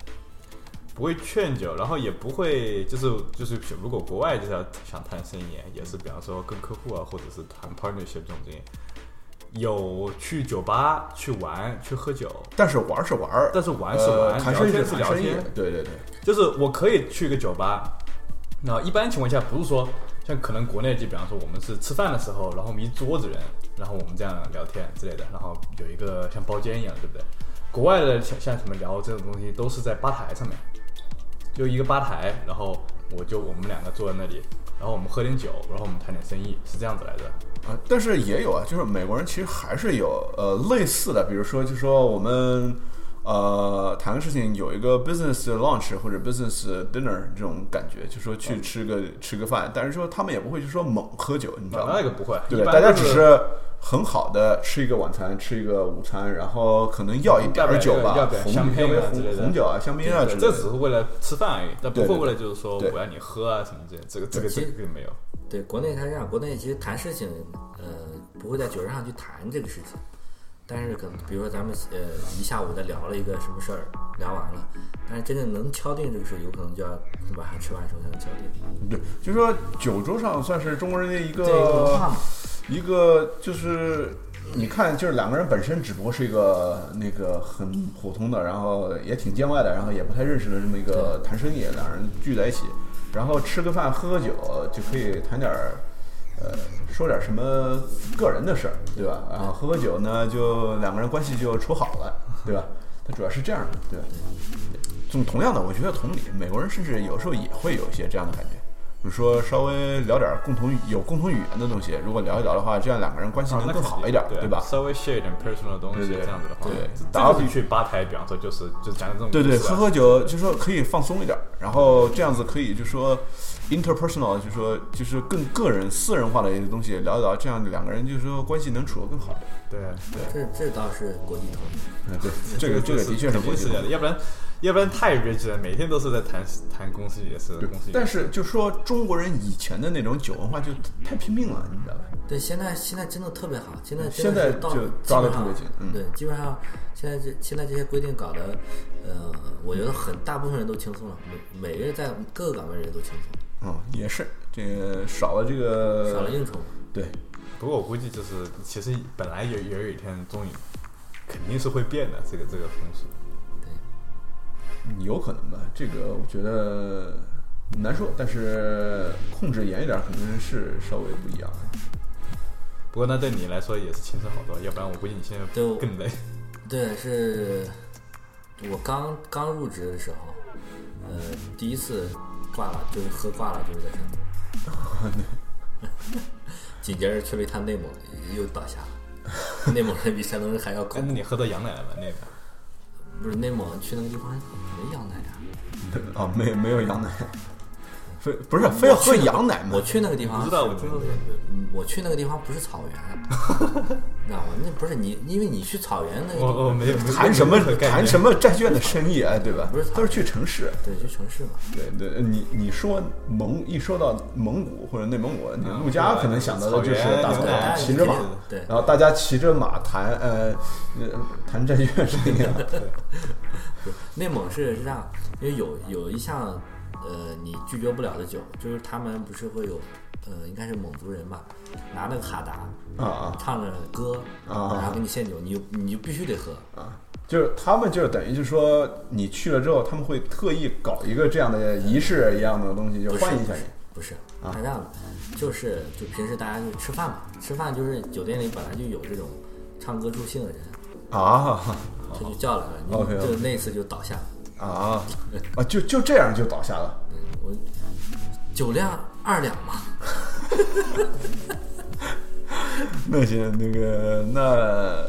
不会劝酒，然后也不会就是就是如果国外就是要想谈生意，也是比方说跟客户啊，或者是谈 partnership 这种东西，有去酒吧去玩去喝酒，
但是玩儿是玩儿，
但是玩是玩
呃谈
聊
生意
天
是
是
谈
聊
生意
天，
对对对，
就是我可以去一个酒吧，那一般情况下不是说像可能国内就比方说我们是吃饭的时候，然后我们一桌子人，然后我们这样聊天之类的，然后有一个像包间一样，对不对？国外的像像什么聊这种东西都是在吧台上面，就一个吧台，然后我就我们两个坐在那里，然后我们喝点酒，然后我们谈点生意，是这样子来的。
啊，但是也有啊，就是美国人其实还是有呃类似的，比如说就说我们呃谈个事情，有一个 business lunch 或者 business dinner 这种感觉，就说
嗯
去吃个、吃个饭，但是说他们也不会就说猛喝酒，你知道吗？
那个不会，
啊对
一
吧，
般
大家
都
只是很好的吃一个晚餐，吃一个午餐，然后可能要一点儿酒吧
嗯要不，然
红
香槟啊
要不然
之
红
类的
红酒啊、香槟啊之
对
类
这只是
的。
为了吃饭而已，但不
对
会
对
为了就是说
对
我要你喝啊什么之类的，这个这个这
对
个并没有。
对，国内他这样，国内其实谈事情，呃，不会在酒桌上去谈这个事情。但是可能，比如说咱们呃一下午在聊了一个什么事儿，聊完了，但是真正能敲定这个事，有可能就要晚上吃饭的时候才能敲定。
对，就说酒桌上算是中国人的一
这一个文化
个
嘛，
一个就是。你看，就是两个人本身只不过是一个那个很普通的，然后也挺见外的，然后也不太认识的这么一个谈生意，两人聚在一起，然后吃个饭喝个酒就可以谈点儿，呃，说点儿什么个人的事儿，对吧？然后喝喝酒呢，就两个人关系就处好了，对吧？它主要是这样的，对吧？总同样的，我觉得同理，美国人甚至有时候也会有一些这样的感觉，比如说稍微聊点共同语有共同语言的东西，如果聊一聊的话，这样两个人关系能
啊那
更
肯
好
定
一点，
对
对吧？
稍微 share 一点 personal 的东西，
对对
这样子的话，
对
这
打
这
个
个
比
是去吧台，比方说就是就讲这种
对对，
故事
喝
啊
喝酒就说可以放松一点，然后这样子可以就说 interpersonal，就说就是更个人私人化的一些东西聊一聊，这样两个人就是说关系能处得更好。
对
这这倒是国际通例。
嗯，对，这个这个的确是
肯
国
定
际
是
化
这样的，要不然要不然太 rich 了，每天都是在谈谈公司里的事，
对
公司里的事。
但是就说中国人以前的那种酒文化就太拼命了，你知道吧？
对，现在现在真的特别好，现在
嗯现
真
在
的是到
就
基
抓得
本上
特别紧嗯
对，基本上现在这现在这些规定搞得，呃，我觉得很大部分人都轻松了，每每个人在各个岗位人都轻松。
嗯，也是这个少了这
少了
个
应酬嘛。
对，
不过我估计就是，其实本来也也有一天，终于肯定是会变的。这个这个风俗，
有可能的，这个我觉得难说，但是控制严一点肯定是稍微不一样的。
不过那对你来说也是轻松好多，要不然我估计你现在
对我
更累。
对，是我刚刚入职的时候，呃，第一次挂了，就是喝挂了，就是在山东。 紧接着去了一趟内蒙，又倒下了。内蒙人比山东人还要
哎，
恐
那
怖，
你喝到羊奶了吗？那个
不是内蒙去那个地方没羊奶啊。
啊，没没有羊奶，非不是非要喝羊奶吗
我？去那个地方，
不知道我
啊是
听说过
嗯我去那个地方不是草原，啊 你知道吗？那不是你，因为你去草原那个地
我我
方，
哦没有没有
谈什么
没有这个概念
谈什么债券的生意啊，对吧
不是？
都是去城市。
对，去城市嘛。
对对，你你说蒙一说到蒙古或者内蒙古，你
啊
陆家可能想到的就是大草
草原
原，骑着马，
对
然后大家骑着马谈呃呃谈债券生意啊。
内蒙是是这样，因为有有一项，呃，你拒绝不了的酒，就是他们不是会有，呃，应该是蒙族人吧，拿那个哈达，
啊啊
唱着歌，
啊
然后给你献酒，你就你就必须得喝，
啊！就是他们就是等于就是说你去了之后，他们会特意搞一个这样的仪式一样的东西，就
不是
欢迎一下啊你。
不是，他这样的，就是就平时大家就吃饭嘛，吃饭就是酒店里本来就有这种唱歌助兴的人，
啊
他就叫来了，你
OK，OK
就那次就倒下了，
啊啊！就就这样就倒下了。
嗯我酒量二两嘛，
那行，那个那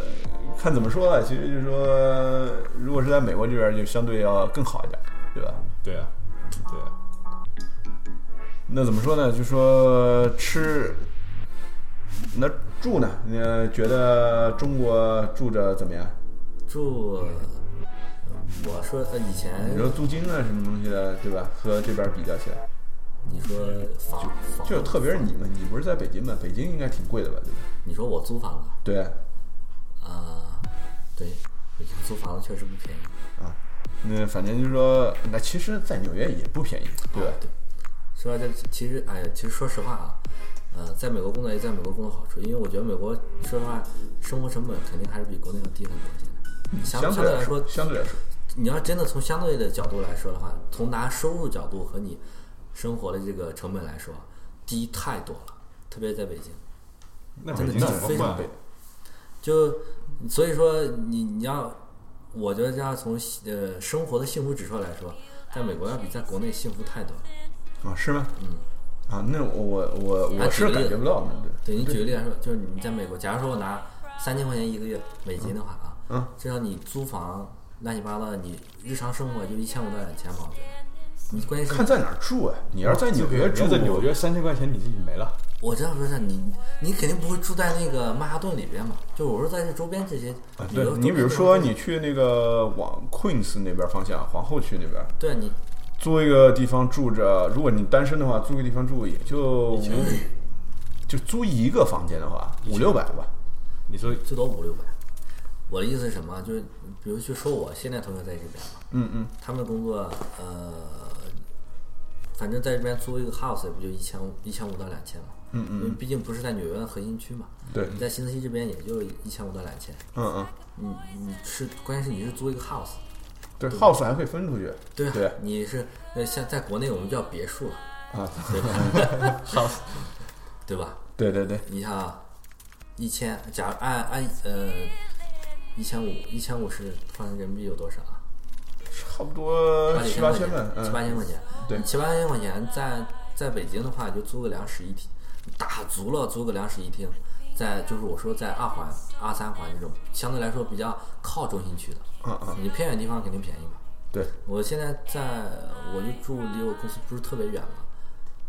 看怎么说啊了，其实就是说，如果是在美国这边，就相对要更好一点，对吧？
对啊，对啊，
那怎么说呢？就说吃，那住呢？你觉得中国住着怎么样？
住，我说呃以前
你说租金啊，什么东西的，对吧？和这边比较起来，
你说房房，
就特别是你们，你不是在北京吗？北京应该挺贵的吧？
你说我租房子，
对吧？啊
呃，对，北京租房子确实不便宜，
对啊，那反正就是说，那其实，在纽约也不便宜，对吧？
对。说到这，其实哎呀，其实说实话啊，呃，在美国工作也在美国工作好处，因为我觉得美国说实话，生活成本肯定还是比国内要低很多。现在
嗯相
相相
对
对
来
来说
说，，相对来说，
你要真的从相对的角度来说的话，从拿收入角度和你生活的这个成本来说，低太多了，特别在北京。
那北
真的
京怎么
非
混
常
啊
贵？
就所以说你你要，我觉得这样从呃生活的幸福指数来说，在美国要比在国内幸福太多了。
啊，是吗？嗯。啊，那我我我
啊
我是
举个
感
例子
觉不到的，
对你举个例来说，就是你在美国，假如说我拿三千块钱一个月美金的话啊，
嗯，
这样你租房乱七八糟的，你日常生活就一千五到两千吧，我觉得。你关键
对看
是，
在哪儿住啊？你要是在纽约
你
住
要，在纽约三千块钱你自己没了，
我知道说是你，你肯定不会住在那个曼哈顿里边嘛，就我说在这周边这些
啊，
旅
对
游周边这些地方。
你比如说你去那个往 Queens 那边方向，皇后区那边
对你
租一个地方住着，如果你单身的话，租个地方住也就
千五
就租一个房间的话，五六百吧。
你说
最多五六百。我的意思是什么？就是比如就说我现在同学在这边嘛，
嗯嗯，
他们的工作呃，反正在这边租一个 house 也不就一千五一千五到两千嘛，嗯嗯，因为毕竟不是在纽约的核心区嘛，
对，
你在新泽西这边也就一千五到两千，
嗯嗯，
你你是关键是你是租一个 house，
对，house 还可以分出去，
对啊，
对
你是那像在国内我们叫别墅了，
啊，
对吧
house
对吧？
对对对，
你看啊，一千，假如按按呃一千五一千五是换成人民币有多少啊？
差不多七八
八
千
千
吧，
七八
嗯，
千块钱，
对
你七八千块钱在在北京的话，就租个两室一厅，打足了租个两室一厅，在就是我说在二环、二三环这种相对来说比较靠中心区的，
嗯嗯，
你偏远地方肯定便宜嘛。
对，
我现在在我就住离我公司不是特别远嘛，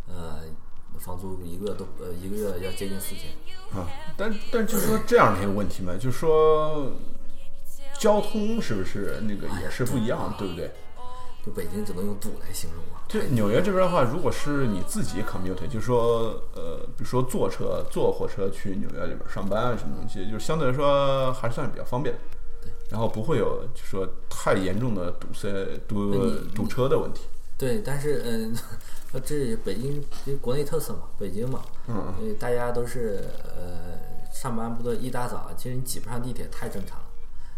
呃，房租一个月都呃一个月要接近四千，
啊，但但就是说这样的一个问题嘛，就是说交通是不是那个也是不一样的，对不对？
就北京只能用堵来形容啊。
就纽约这边的话，如果是你自己 commute，就是说，呃，比如说坐车、坐火车去纽约里边上班啊，什么东西，就是相对来说还算是比较方便的，然后不会有就是说太严重的堵塞、堵
那你
堵车的问题。
对，但是嗯， 那这也北京这国内特色嘛，北京嘛，
嗯，
因为大家都是呃上班不都一大早，其实你挤不上地铁太正常了。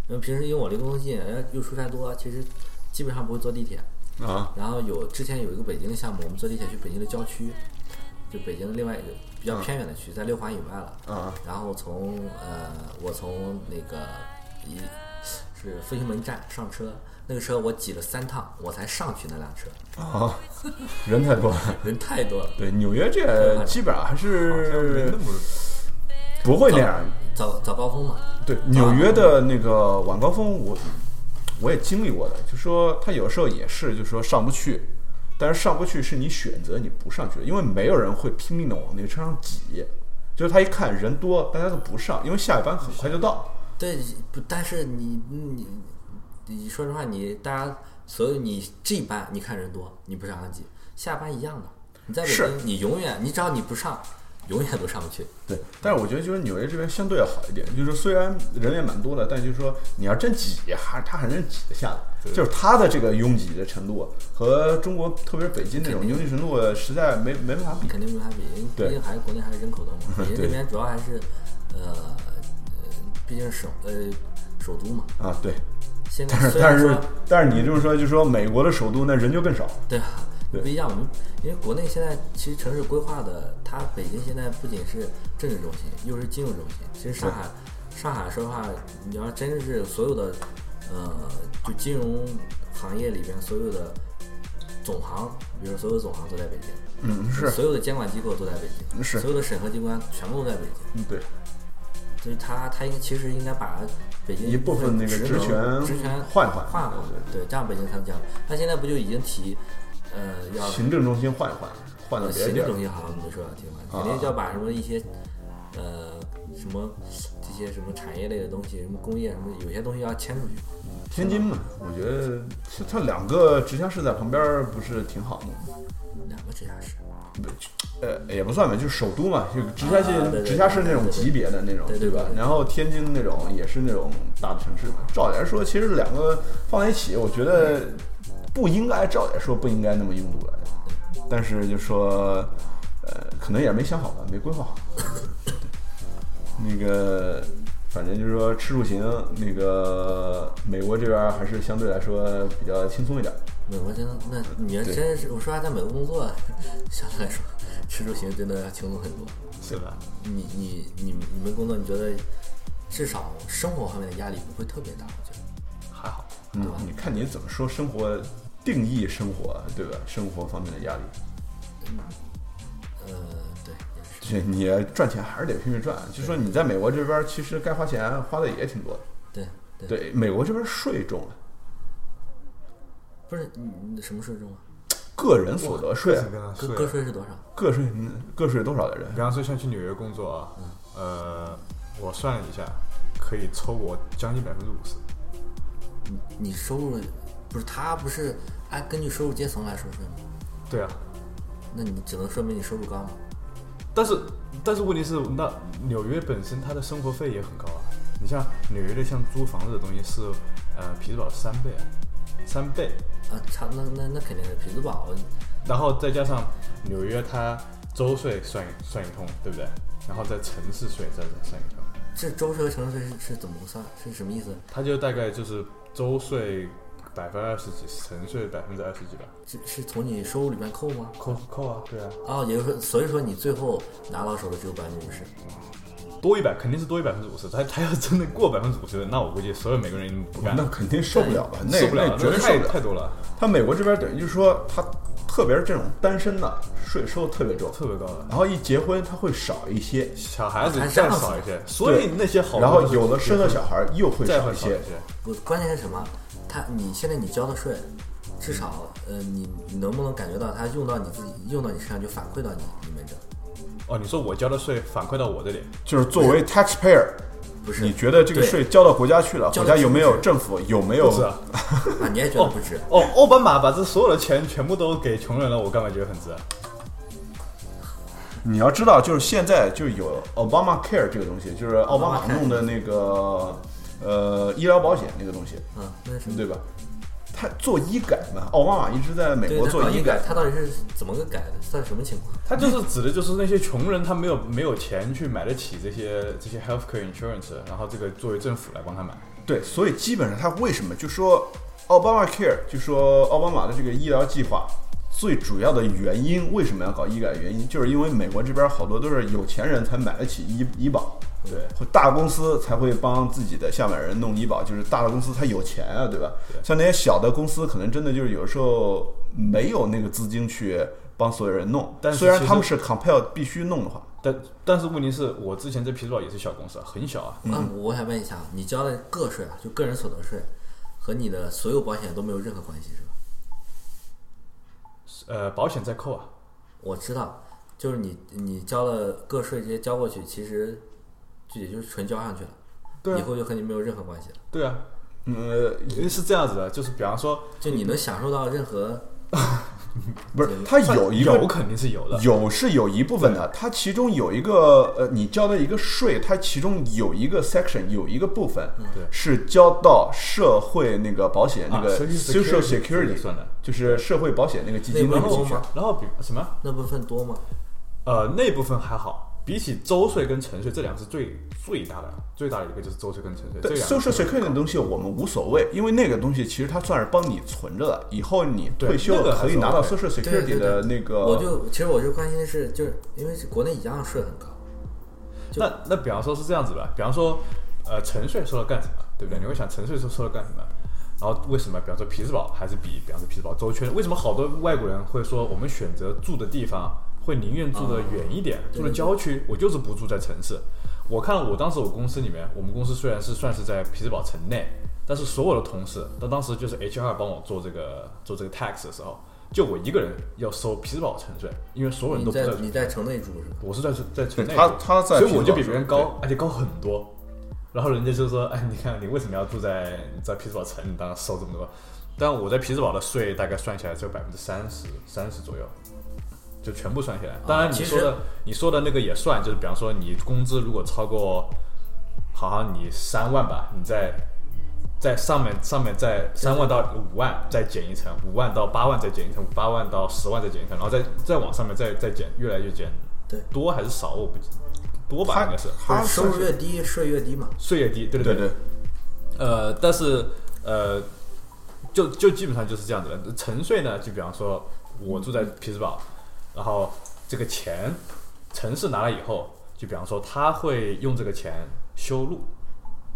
因为平时因为我离工作近，然后又出差多，其实基本上不会坐地铁。
啊，
然后有之前有一个北京的项目，我们坐地铁去北京的郊区，就北京的另外一个比
嗯
较偏远的区，在六环以外了。
啊
然后从呃，我从那个一是复兴门站上车，那个车我挤了三趟，我才上去那辆车，
啊，人太多了。
人太多了。
对，纽约这基本上还
没
是
那么
不会那样。
早早高峰嘛，
对，纽约的那个晚高峰我，我也经历过的，就说他有时候也是，就说上不去，但是上不去是你选择你不上去的，因为没有人会拼命的往那个车上挤。就是他一看人多，大家都不上，因为下一班很快就到。
对，不，但是你你你说实话，你大家所有你这班你看人多，你不上上挤，下班一样的。你在北
是
京，你永远你只要你不上，永远都上不去。
对，但是我觉得就是纽约这边相对要好一点，就是虽然人也蛮多的，但就是说你要真挤，还他还能挤得下来，就是他的这个拥挤的程度和中国特别是北京那种拥挤程度实在没没办法比。
肯定没法比，因为
对
毕竟还是国内还是人 口多嘛。北京这
对
边主要还是，呃，呃毕竟是首呃首都嘛。
啊，对，
现在
但是
虽
但
然说
是但是你这么说，就说美国的首都那人就更少，
对吧，
对
不一样。我们因为国内现在其实城市规划的，它北京现在不仅是政治中心，又是金融中心。其实上海，上海说实话，你要真是所有的，呃，就金融行业里边所有的总行，比如说所有总行都在北京，
嗯，是，
所有的监管机构都在北京，
是
所有的审核机关全部都在北京。
嗯，对，
所以他他应该其实应该把北京
一部分那个
职
职权
职权
换一换
换换，对，这样北京才能这样。他现在不就已经提，呃，要
行政中心换一换，换到别的
呃行
地儿啊
政中，心好像没说要停了，肯定就要把什么一些，呃，什么这些什么产业类的东西，什么工业什么，有些东西要迁出去。
天津嘛，我觉得它它两个直辖市在旁边儿不是挺好的吗？
两个直辖市，
呃，也不算吧，就是首都嘛，就直辖市、
啊对对对
直辖市那种级别的那种，
对对对
吧
对？对
然后天津那种也是那种大的城市嘛。照理来说，其实两个放在一起，我觉得不应该，照理来说不应该那么拥堵来的。但是就说，呃，可能也没想好吧，没规划 好。那个，反正就是说吃住行，那个美国这边儿还是相对来说比较轻松一点儿。
美国真的，那你要真是我说实话，在美国工作，相对来说，吃住行真的要轻松很多。
是吧？
你你你你们工作，你觉得至少生活方面的压力不会特别大，我觉得。
还好，
嗯，你看你怎么说生活定义生活，对吧？生活方面的压力，
呃，对，也是。
就是你赚钱还是得拼命赚。就说你在美国这边，其实该花钱花的也挺多的。
对对，
对，美国这边税重啊了，
不是你你什么税重啊？
个人所得税，啊
个个税是多少？
个税个税多少的人
比？方说像去纽约工作啊，
嗯
呃，我算了一下，可以抽我将近百分之五十。
你你收入不是他不是按根据收入阶层来收税吗？
对啊，
那你只能说明你收入高嘛。
但是但是问题是，那纽约本身它的生活费也很高啊。你像纽约的像租房子的东西是，呃，匹兹堡三倍啊，三倍，
啊，差那那那肯定是匹兹堡，
然后再加上纽约它州税算一算一通，对不对？然后再城市税再再算一通，
这州税和城市税是是怎么算？是什么意思？
它就大概就是州税百分之二十几，城税百分之二十几吧。
是是从你收入里面扣吗？
扣扣啊，对啊，
哦，也就是说，所以说你最后拿到手的只有百分之五十。
多一百肯定是多一百分之五十，他他要真的过百分之五十，那我估计所有美国人不干，
那肯定受不了吧？那
受不了
那
了，
绝对受
太
不了
太。多了，
他美国这边等于就是说，他特别是这种单身的税收特别重，
特别高了。
然后一结婚他会少一些，
小孩子
啊
再少一些，所以那些好，
然后有了生了小孩又会
再
少
会
一
少一
些。
些，
不，关键是什么？他你现在你交的税，至少呃，你你能不能感觉到它用到你自己用到你身上就反馈到你里面这？
哦，你说我交的税反馈到我这里，
就是作为 taxpayer，
不是
你觉得这个
对
税交到国家去了，
交
国
到
家有没有
政府
政府有没有
是啊，
啊，你也觉得
哦
不值？
哦，奥巴马把这所有的钱全部都给穷人了，我干嘛觉得很值啊？
你要知道，就是现在就有 Obama Care 这个东西，就是奥巴马
Obamacare
弄的那个呃医疗保险那个东西，
啊，那是什么
对吧？他做医改嘛，奥巴马一直在美
对
国
他
做
搞
医
医
改
改，，他到底是怎么个改的？算什么情况？
他就是指的就是那些穷人，他没有没有钱去买得起这些这些 healthcare insurance，然后这个作为政府来帮他买。
对，所以基本上他为什么就说奥巴马 Care，就说奥巴马的这个医疗计划，最主要的原因为什么要搞医改？原因就是因为美国这边好多都是有钱人才买得起医医保，
对，
或大公司才会帮自己的下面人弄医保，就是大的公司它有钱啊，对吧？
对
像那些小的公司，可能真的就是有时候没有那个资金去帮所有人弄。
但是
虽然
其实
他们是 compel 必须弄的话，
但但是问题是我之前在 p 斯堡也是小公司，啊，很小啊。
啊，
嗯
我想问一下，你交的个税啊，就个人所得税，和你的所有保险都没有任何关系是吧？
呃，保险在扣啊，
我知道，就是你你交了个税，直接交过去，其实就也就是纯交上去了，
对啊
以后就和你没有任何关系了。
对啊，
呃，
因为是这样子的，就是比方说
就你能享受到任何
不是，它有一个
有肯定是有的，
有是有一部分的，它其中有一个呃，你交的一个税，它其中有一个 section 有一个部分
对
是交到社会那个保险那个
啊
social
Social Security 算的
就是社会保险那个基
那
金
部
那
分
个
多
进去
吗。？
然后比什么
那部分多吗？
呃那部分还好，比起州税跟城税这两个是最最大的，最大的一个就是州税跟城税，这
对
两个
social security 的东西我们无所谓，因为那个东西其实它算是帮你存着的，以后你
对
退休
那个
了
还
可以拿到
是
social
对
security
对
的
对，
那个。
我就其实我就关心的是，就是因为国内一样税很高，就
那那比方说是这样子吧，比方说，呃，沉睡说了干什么，对不对？你会想沉睡说说了干什么？然后为什么，比方说匹兹堡还是比，比方说匹兹堡州圈，为什么好多外国人会说我们选择住的地方会宁愿住的
哦
远一点，住的郊区，我就是不住在城市。我看我当时我公司里面，我们公司虽然是算是在匹兹堡城内，但是所有的同事，他当时就是 HR 帮我做这个做这个 tax 的时候，就我一个人要收匹兹堡城税，因为所有人
你
都不
在
城
你在城内住是吧？
我是在在城内
对他
住
他在
所以
匹兹
我
堡
就比别人
住
高，而且高很多。然后人家就说：“哎，你看你为什么要住在在匹兹堡城？你当然收这么多。”但我在匹兹堡的税大概算下来只有百分之三十三十左右，就全部算下来。当然你
其
说
实
的、你说的那个也算，就是比方说你工资如果超过，好像你三万吧，你在在上面上面再三万到五万再减一层，五万到八万再减一层，八万到十万再减一层，然后再再往上面再再减，越来越减。
对
多还是少我不记多吧，
它
应该是
它
就是收入
是
越低，税越低嘛。
税也低，对
对
对
对，
呃，但是呃，就就基本上就是这样子的。城税呢，就比方说我住在匹兹堡，然后这个钱城市拿了以后，就比方说他会用这个钱修路，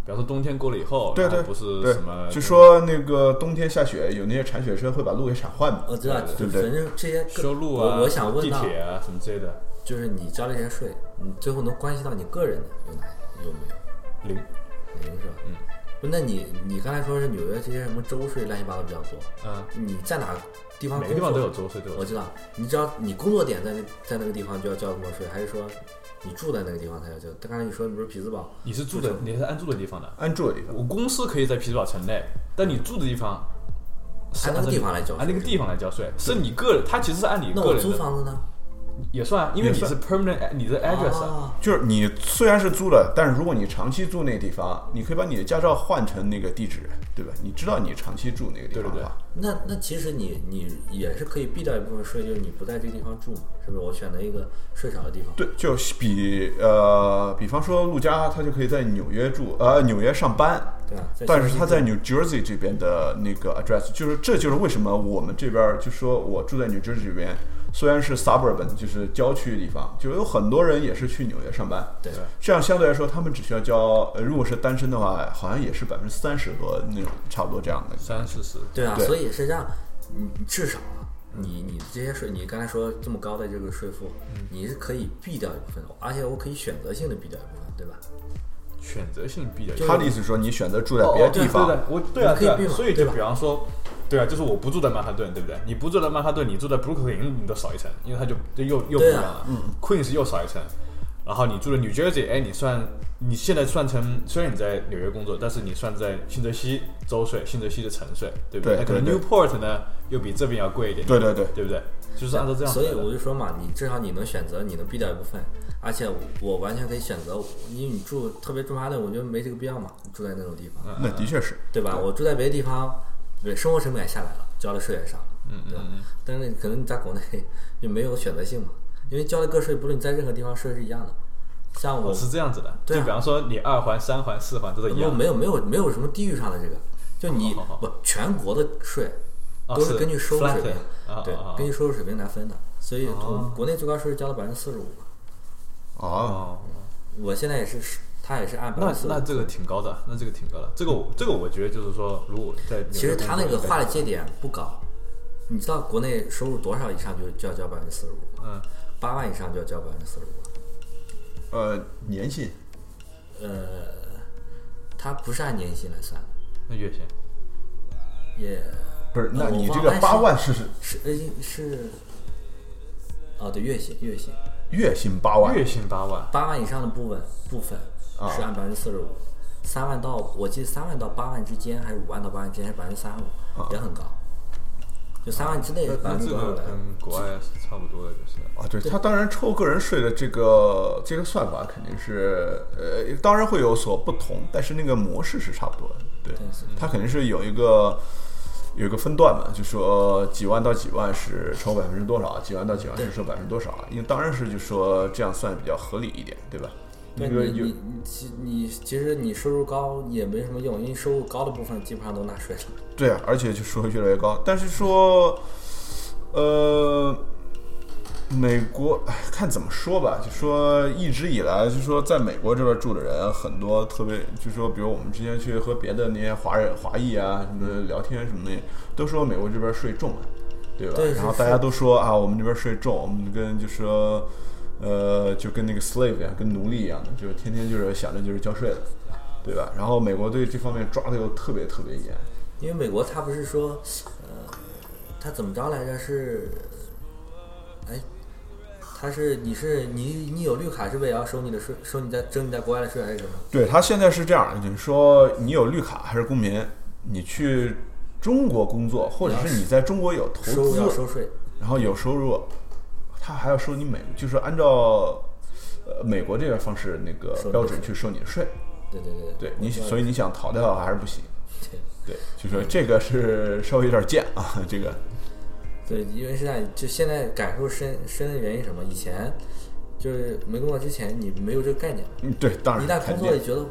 比方说冬天过了以后，
对
然后
对
不是
对
什么，
就说那个冬天下雪，有那些铲雪车会把路给铲坏嘛。
我知道，
对
就
不
反
对？
正这些个
修路啊，
我我想问
地
到，
铁啊什么之类的，
就是你交了这些税，你最后能关系到你个人的有哪有
零
没有？零是吧？嗯。那你你刚才说是纽约这些什么州税乱七八糟比较多，
嗯，
你在哪个地方
每
工
个
作？
地方都有州税，都有
我知道，你只要你工作点在那在那个地方就要交多少税，还是说你住在那个地方才要交？但刚才你说你不是匹兹堡，
你是住的，你是按住的地方的。
安住的地方。
我公司可以在匹兹堡城内，但你住的地方是
按那个
照
地方来交税
按那个地方来交税，是你个人，他其实是按你
那
个
我
人
租
的
房子呢？
也算啊，因为
也
你是 permanent，你的 address 啊。
啊，
就是你虽然是租了，但是如果你长期住那地方，你可以把你的驾照换成那个地址，对吧？你知道你长期住那个地方
对对
的
对
话，
那那其实你你也是可以避掉一部分税，就是你不在这个地方住嘛，是不是？我选择一个税少的地方。
对就比呃，比方说陆家他就可以在纽约住，呃，纽约上班，
对啊在
但
休
是
息
他在
地
New Jersey 这边的那个 address，就是这就是为什么我们这边儿就说我住在 New Jersey 这边，虽然是 suburban，就是郊区地方，就有很多人也是去纽约上班，
对
这样相对来说，他们只需要交，呃，如果是单身的话，好像也是百分之三十多那种，差不多这样的。
三四十，
对啊，
对
所以是这样，你你至少啊，你你这些税，你刚才说这么高的这个税负，
嗯
你是可以避掉一部分的，而且我可以选择性的避掉一部分，对吧？
选择性避的。
就
他的意思是说，你选择住在别的地
哦
方，
哦对对对我对啊，
你可以
对啊
避嘛
所以
对
就
吧
比方说，对啊，就是我不住在曼哈顿，对不对？你不住在曼哈顿，你住在布鲁克林，你都少一层，因为它就就又又不一
对啊
样了。嗯，Queens 又少一层，然后你住的 New Jersey，哎，你算你现在算成，虽然你在纽约工作，但是你算在新泽西州税、新泽西的城税，对不
对
那可能
对对
Newport 呢又比这边要贵一点，
对对对
哦
对不对？就是按照这样子
所
来
以
的，
我就说嘛，你至少你能选择，你能避掉一部分，而且我我完全可以选择，因为你
嗯
住特别住曼哈顿，我觉得没这个必要嘛，住在那种地方，
那的确是。
对吧？我住在别的地方，对，生活成本也下来了，交了税也少了，
嗯
对吧？ 但是可能你在国内 就没有选择性嘛，因为交了个税，不论你在任何地方税是一样的。像我
哦我是这样子的，
对啊
就比方说你二环、三环、四环都是一
没有
样的，
没有没有没有什么地域上的这个，就你
好好好
不全国的税
哦
都
是
根据收入
flat
水平
啊，
对
啊啊，哦
根据收入水平来分的，所以我们国内最高税是交了百分之四十五，
哦，
哦，
我现在也是，他也是按百
那
分之四
那这个挺高的，那这个挺高的，这个我这个我觉得就是说，如果在
其实他那个
话
划的界点不高，你知道国内收入多少以上就就要交百分之四十五，
嗯，
八万以上就要交百分之四十五。
呃，年薪
呃，它不是按年薪来算，
那月薪
也
不是？那
呃我
你这
忘
个
了
八万是是
是呃是，哦对，月薪月薪，
月薪八万
月薪八万，
八万以上的部分部分
啊
是按百分之四十五，三万到我记得三万到八万之间，还是五万到八万之间是百分之三十五，也很高。就三万之内
那
百
那
分之
这
多少
个
来？
跟国外是差不多的，就是
啊，对他当然抽个人税的这个这个算法肯定是呃，当然会有所不同，但是那个模式是差不多的。对
对是，
他肯定是有一个有一个分段嘛，就说几万到几万是抽百分之多少，几万到几万是抽百分之多少，啊因为当然是就说这样算比较合理一点，对吧？
对
那个
你
有
你你其你其实你收入高也没什么用，因为收入高的部分基本上都纳税了。
对啊，而且就说越来越高，但是说，呃，美国，哎，看怎么说吧，就说一直以来，就说在美国这边住的人很多，特别就说，比如我们之前去和别的那些华人、华裔啊什么的聊天什么的，都说美国这边税重啊，对吧？
对
然后
是
大家都说啊，我们这边税重，我们跟就说，呃，就跟那个 slave 一样，跟奴隶一样的，就是天天就是想着就是交税的。对吧？然后美国对这方面抓的又特别特别严，
因为美国它不是说，呃，它怎么着来着是，哎，它是你是你你有绿卡是不是也要收你的税，收你在征你在国外的税还是什么？
对他现在是这样，你说你有绿卡还是公民，你去中国工作，或者是你在中国有
收
投
入要
资，
收税。
然后有收入，他还要收你美，就是按照呃美国这边方式那个
收你的
标准去收你的税。
对对对
对你，
我知道
所以你想逃掉还是不行。
对
对，就说这个是稍微有点贱啊，这个
对，因为是这样，就现在感受深深的原因是什么？以前就是没工作之前你没有这个概念，
嗯对，当
一
然
旦
肯
工
定
作也觉得，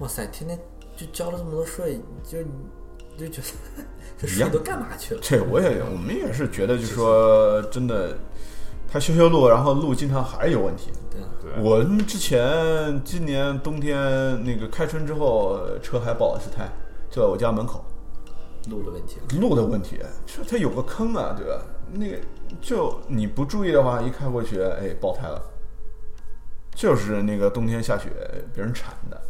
哇塞，天天就交了这么多税，就就觉 得这
一
税
样
都干嘛去了？
这我也，我们也是觉得，就说真的，他修修路，然后路经常还是有问题。
对啊，
对
我们之前今年冬天那个开春之后，车还爆了一次胎，就在我家门口，
路的问题。
路的问题，就它有个坑啊，对吧？那个就你不注意的话，一开过去，哎，爆胎了，就是那个冬天下雪别人铲的，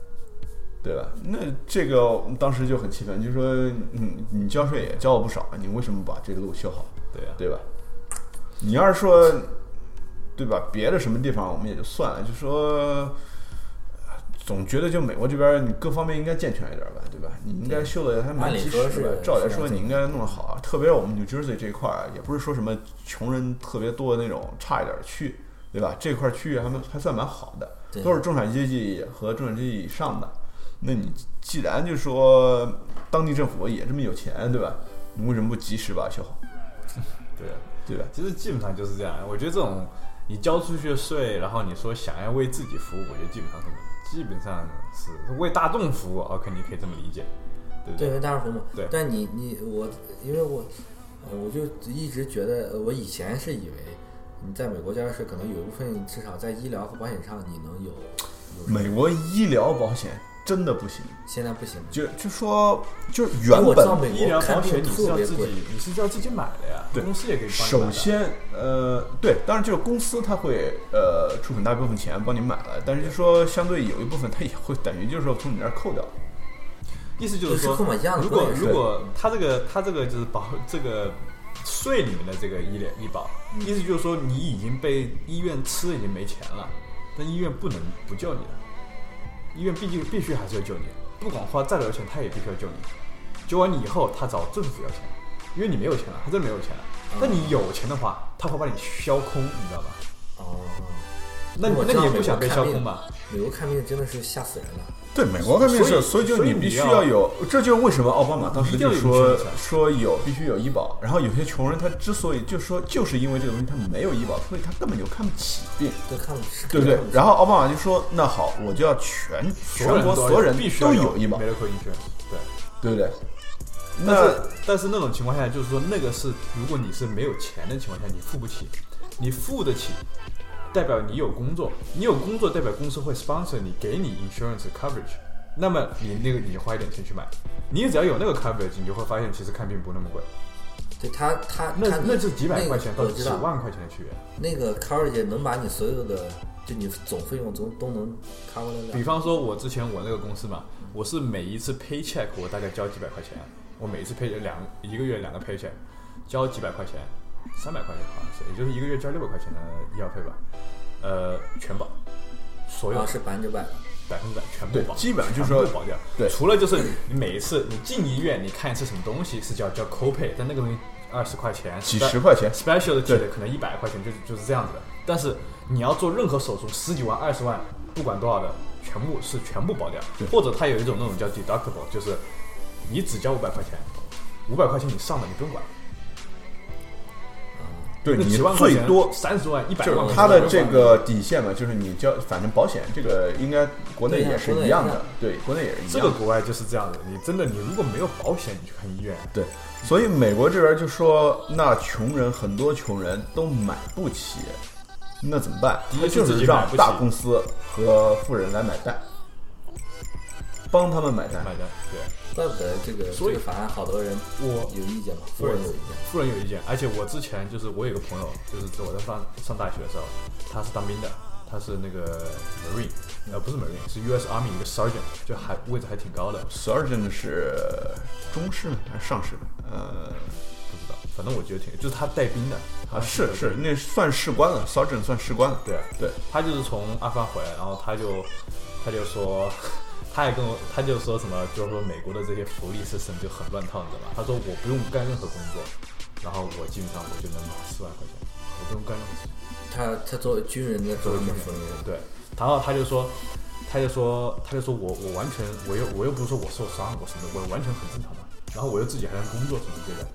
对吧？那这个我们当时就很气愤，就说你你交税也交了不少，你为什么不把这个路修好？
对啊，
对吧？你要是说，对吧？别的什么地方我们也就算了，就说，总觉得就美国这边儿你各方面应该健全一点吧，对吧？你应该修的还蛮
按理
及时
说
的吧
是，
照理来
是
说
这
你应该弄得好啊。特别是我们 New Jersey 这一块儿，也不是说什么穷人特别多的那种差一点的区域，对吧？这块儿区域还蛮还算蛮好的，
对
都是中产阶级和中产阶级以上的。那你既然就说当地政府也这么有钱，对吧？你为什么不及时把它修好，
对啊。
对吧？
其实基本上就是这样。我觉得这种你交出去的税，然后你说想要为自己服务，我觉得基本上是基本上是为大众服务。OK，你可以这么理解，对不
对，
对？
为大众服务。
对
但你你我，因为我，呃我就一直觉得，呃我以前是以为你在美国交的税，可能有一部分至少在医疗和保险上你能有，有
美国医疗保险真的不行，
现在不行了。
就就说就
因为
哎
原
我知道
本
美
医疗
国
保
看
险
病
你是
特
要
别
自
贵，
己，你是要自己买的呀，
对
公司也可以帮你买
首
的
先呃对，当然就是公司它会呃出很大一部分钱帮你买了，但是就说相对有一部分它也会等于就是说从你那儿扣掉，
意思就是
就是
说
跟我一样，的
如果
对
如果他这个他这个就是保这个税里面的这个医疗医保，
嗯
意思就是说你已经被医院吃的已经没钱了，但医院不能不救你了，医院毕竟必须还是要救你，不管花再多的钱，他也必须要救你。救完你以后，他找政府要钱，因为你没有钱了，他真的没有钱了。
嗯
但你有钱的话，他会把你削空，你知道吧？
哦，
那你
我知
那你
道
也
美
不
国
想被
看
削
病
空吧？
美国看病真的是吓死人了，
对美国革命
所以
是，所以就
所以
你
你
必须
要
要有，这就是为什么奥巴马啊当时
一定
就
要有
说
医生
说有必须有医保，然后有些穷人他之所以就说就是因为这个东西他没有医保，所以他根本就看不起病，
对，看不
对不对？然后奥巴马就说那好，我就要全全国所有人
必须
都
要
有医保，
medical insurance，对。
对不对？
但
那
是但是那种情况下，就是说那个是如果你是没有钱的情况下，你付不起，你付得起，代表你有工作，你有工作代表公司会 sponsor 你，给你 insurance coverage。那么你那个你花一点钱去买，你只要有那个 coverage，你就会发现其实看病不那么贵，
对他他
那
他
那就几百
那
块钱到
我
几
知道
万块钱的区别。
那个 coverage 能把你所有的就你总费用总都能 cover 得
比
了。
方说，我之前我那个公司嘛，我是每一次 paycheck 我大概交几百块钱，啊我每一次 pay 两一个月两个 paycheck，交几百块钱，三百块钱好像是，也就是一个月交六百块钱的医药费吧，呃，全保，所有
啊，是百分之百，
百分之百全部
对
保，
基本上就是
全部
说
保掉。
对
除了就是你每一次你进医院，你看一次什么东西是叫叫 copay，但那个东西二十块钱，
几
但
十块钱
specialty
对
的可能一百块钱就就是这样子的。但是你要做任何手术，十几万、二十万，不管多少的，全部是全部保掉
对。
或者它有一种那种叫 deductible，就是你只交五百块钱，五百块钱以上的你不用管。
对
那
你
几万块
最
钱
多
三十万、一百
就
万，
是它的这个底线嘛，就是你交，反正保险这个应该国内
啊
对呀
也是
国内
一样
一
的
样，
对，国内也是一
这
样
个
的。
国外就是这样的。你真的你如果没有保险，你去看医院，
对，所以美国这边就说，那穷人很多穷人都买不起，那怎么办？
第一
那
是
就
自
是
己
让
买不起
大公司和富人来买单，帮他们买单。
买单对。
怪不得这个
所以
这个法案好多人
我
有意见嘛，富人有意见，
富人有意见，而且我之前就是我有个朋友，就是我在上上大学的时候，他是当兵的，他是那个 marine，呃不是 marine，是 U.S. Army 一个 sergeant，就还位置还挺高的，
Sergeant 是中士吗还是上士？呃，
不知道，反正我觉得挺，就是他带兵的，他
啊是是，那算士官了，Sergeant 算士官了。
对啊
对，
他就是从阿富汗回来，然后他就他就说，他也跟我，他就说什么，就是说美国的这些福利 system 就很乱套，你知道吗？他说我不用干任何工作，然后我基本上我就能拿四万块钱，我不用干任何事情。
他他作为军人的作为军服
对，然后他就说，他就说，他就说我我完全我又我又不是说我受伤我什么的，我完全很正常的，然后我又自己还能工作什么之类的，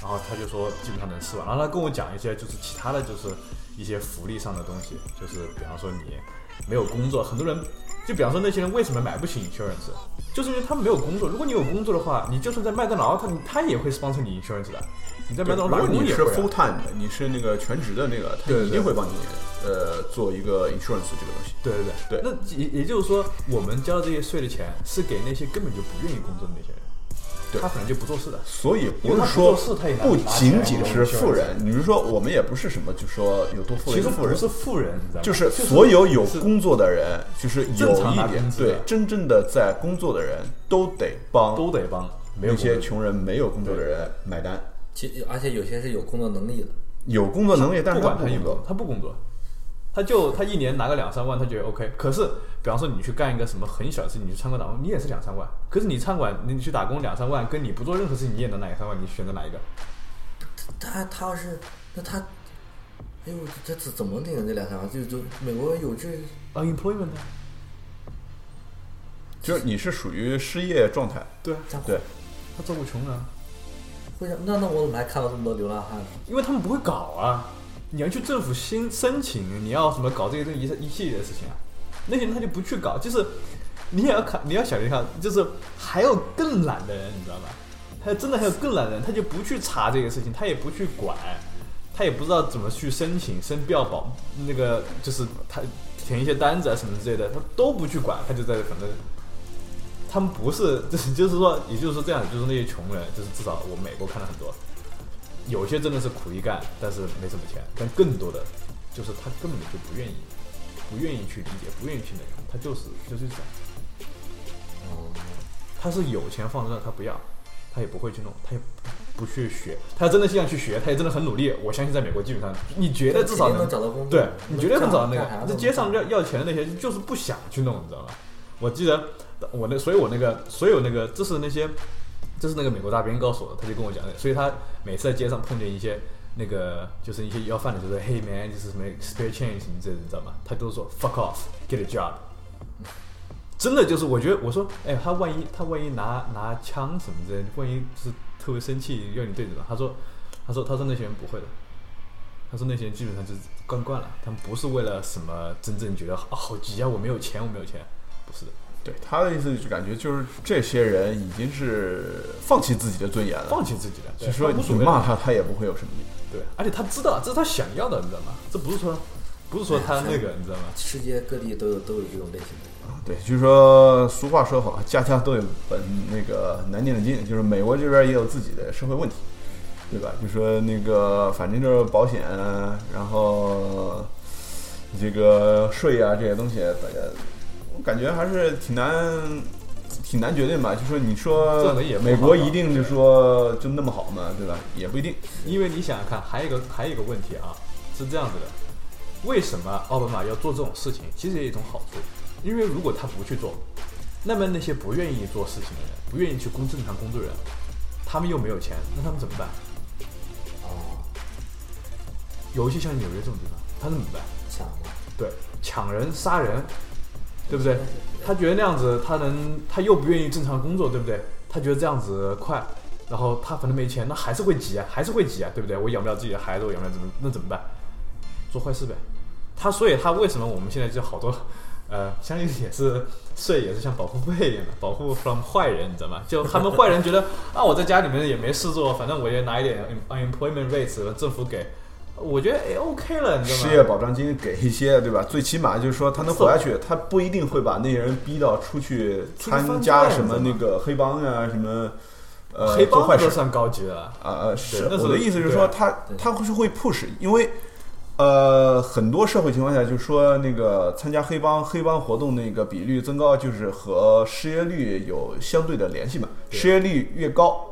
然后他就说基本上能吃完，然后他跟我讲一些就是其他的就是一些福利上的东西，就是比方说你没有工作，很多人就比方说那些人为什么买不起 insurance，就是因为他们没有工作，如果你有工作的话，你就算在麦当劳，他他也会 sponsor 你 insurance 的，你在麦
对
当
如
劳打
果
工
你
也
是
会啊、
full time 的，你是那个全职的那个，他
对对
一定会帮你呃做一个 insurance 这个东西。
对对
对
对那也也就是说，我们交的这些税的钱是给那些根本就不愿意工作的那些人，
对
他可能就不做事的。
所以
因为
不
他
是
不
说
做事他也拿
不
拿钱
仅仅
来
是
去
富
玩
人，你是说我们也不是什么就说有多富
其
人
实
多富
不
人，
是富人，你知道吗？
就是是所有有
是
工作的人，就是有
正常
一
拿
点
工资
对
的
真正的在工作的人都得帮
都得帮，没有
那些
工作
穷人没有工作的人买单，
其而且有些是有工作能力的，
有工作能力，但
不
是他
管
不
他有
工
没有
作，
他不工作，他就他一年拿个两三万，他觉得 OK。可是，比方说你去干一个什么很小的事情，你去餐馆打工，你也是两三万。可是你餐馆你去打工两三万，跟你不做任何事情你也能拿两三万，你选择哪一个？
他他要是那他，哎呦，这怎怎么那个这两三万就就美国有这
unemployment 呢？
就是你是属于失业状态，
对啊，
咋
对，
他照顾穷人啊。
为啥？那那我怎么还看到这么多流浪汉呢？
因为他们不会搞啊，你要去政府新申请，你要什么搞这个这个一系一系列的事情啊，那些人他就不去搞，就是你也要看，你要想一想，就是还有更懒的人，你知道吧？还真的还有更懒的人，他就不去查这个事情，他也不去管，他也不知道怎么去申请申报保那个，就是他填一些单子啊什么之类的，他都不去管，他就在反正他们不是， 就是就是说，也就是说这样，就是那些穷人，就是至少我美国看了很多，有些真的是苦力干，但是没什么钱，但更多的就是他根本就不愿意，不愿意去理解，不愿意去那个，他就是就是这样，
哦，
他是有钱放在那，他不要，他也不会去弄，他也不去学，他真的想去学，他也真的很努力，我相信在美国基本上，你觉得至少
肯定能找到工作
对你绝对能找到那
干啥
个，
都
这
能
街上
干
要要钱的那些就是不想去弄，你知道吗？我记得我那，所以我那个，所有那个，这是那些，这是那个美国大兵告诉我的，他就跟我讲的，所以他每次在街上碰见一些那个，就是一些要饭的，就是 Hey man，就是什么 spare change 什么之类的，你知道吗？他都说 fuck off，get a job。真的就是我觉得我说，哎，他万一他万一拿拿枪什么之类的，万一就是特别生气要你对着他，他说他说他说那些人不会的，他说那些人基本上就是惯惯了，他们不是为了什么真正觉得啊好急啊，我没有钱，我没有钱，不是的，
对他的意思就是感觉就是这些人已经是放弃自己的尊严了，
放弃自己的，
就说
他无
你
所谓的
骂他，他也不会有什么意见。
对，而且他知道这是他想要的，你知道吗？这不是说不是说他那个，你知道吗？
世界各地都有都有这种类型的。
啊对，据说俗话说好，啊家家都有本那个难念的经，就是美国这边也有自己的社会问题，对吧？就说那个反正就是保险，啊然后这个税啊这些东西，大家我感觉还是挺难。挺难决定吧，就说你说
这个也不好
美国一定就说就那么好吗？对吧？也不一定。
因为你想想看，还有一个还有一个问题啊，是这样子的，为什么奥巴马要做这种事情？其实也有一种好处，因为如果他不去做，那么那些不愿意做事情的人，不愿意去工正常工作的人，他们又没有钱，那他们怎么办？
哦，
有一些像纽约这种地方，他怎么办？
抢了，
对，抢人、杀人，对不对？他觉得那样子，他能，他又不愿意正常工作，对不对？他觉得这样子快，然后他反正没钱，那还是会急啊，还是会急啊，对不对？我养不了自己的孩子，我养不了怎么，那怎么办？做坏事呗。他所以他为什么我们现在就好多，呃，相信也是税也是像保护费一样的，保护 from 坏人，你知道吗？就他们坏人觉得啊，我在家里面也没事做，反正我也拿一点 unemployment rates 政府给，我觉得哎 OK 了，你知道吗？
失业保障金给一些，对吧？最起码就是说他能活下去，他不一定会把那些人逼到出去
出去翻
参加
战
什么
是吗
那个黑帮啊，什么呃
黑
做
帮
坏
都
事
算高级了。
啊呃是
对啊那是
我的意思是说他
对
他会是会 push，因为呃很多社会情况下就是说那个参加黑帮黑帮活动那个比率增高，就是和失业率有相对的联系嘛，
对啊
失业率越高。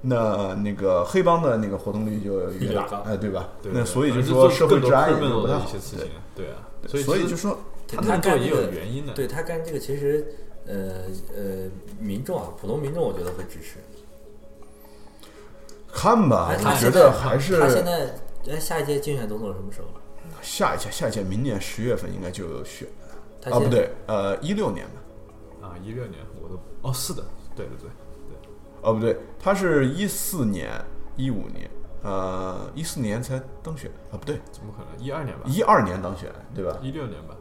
那那个黑帮的那个活动率就越
越
大
高，
哎，对吧？
对
那所以
反
就
正
是
做
说社会
更多
治安也
criminal
就不太
的一
好
些，事情，对啊，
对
所
所
以
以
其
就
实
说
他
他
能做
干
也
这
有
个
原因的，
对他干这个其实，呃呃，民众啊，普通民众我觉得会支持。
看吧，
啊
哎
我
他
觉
现
得
在
还是
他现在，哎，下一届竞选总统什么时候？
下一届，下一届明年十月份应该就有选
他
了啊，
现
不对，呃，一六年吧，
啊，一六年我都哦是的，对对对对，
哦不对，他是一四年、一五年，呃，一四年才当选啊，不对，
怎么可能一二年吧，
一二年当选，对吧？
一六年吧，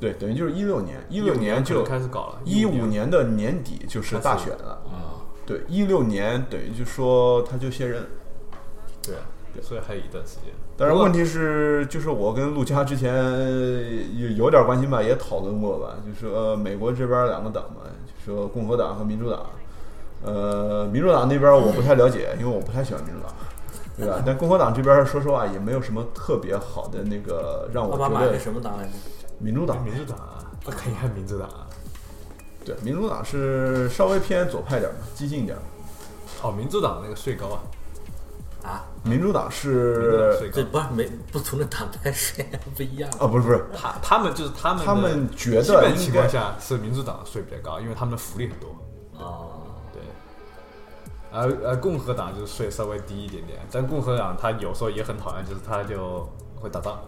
对，等于就是一六年，一
一
六
年
年
可
就
能开始搞了，
一
五
五年的年底就是大选了，
啊，
对，一六年等于就说他就卸任了。
对啊，对所以还有一段时间。
但是
不过
问题是，就是我跟陆佳之前有有点关心吧，也讨论过吧，就是呃，美国这边两个党嘛，就说共和党和民主党。呃，民主党那边我不太了解，因为我不太喜欢民主党，对吧？但共和党这边说实话也没有什么特别好的那个让我
奥巴
觉
马
得
是什么党来着？
民主党
民主党啊，啊肯定还民主党啊，
对民主党是稍微偏左派点儿嘛，激进点儿。
哦，民主党那个税高啊，
啊，
民主党
民主党税
是
高
这，不是没不同的党派谁不一样。
啊，不是不是，
他他们就是他们
他
的
们觉
基
得
本
应
情
该
况下是民主党的税比较高，因为他们的福利很多。
哦，
对，而而共和党就是税稍微低一点点，但共和党他有时候也很讨厌，就是他就会打仗。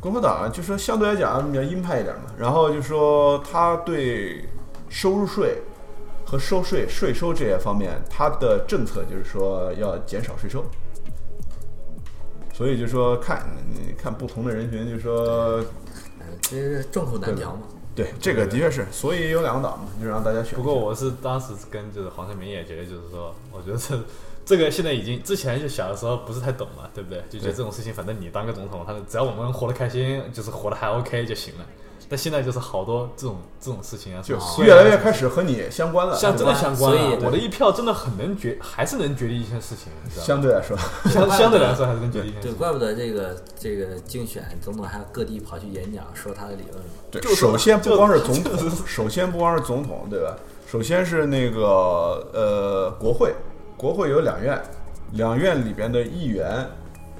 共和党啊就说相对来讲比较鹰派一点嘛，然后就说他对收入税和收税、税收这些方面，他的政策就是说要减少税收。所以就说看你看不同的人群，就说
嗯这是众口难调嘛。
对这个的确是，所以有两个党嘛，就让大家选。
不过我是当时跟就是黄成明也觉得，就是说，我觉得这这个现在已经之前就小的时候不是太懂嘛，对不对？就觉得
对
这种事情，反正你当个总统，他只要我们活得开心，就是活得还 OK 就行了。但现在就是好多这种这种事情啊，
就
什么
越来
税
越
啊
开始和你相关了，
像真的相关
所
了、
以
我的一票真的很能决，还是能决定一些事情，你知道
相
吗？
对来说，
相相对来说还是能决定一些事
对，
情。
怪不得这个这个竞选总统还要各地跑去演讲说他的理论嘛。
对，
就是
首先不
就
光是啊总 统，首先不光是总统，对吧？首先是那个呃，国会，国会有两院，两院里边的议员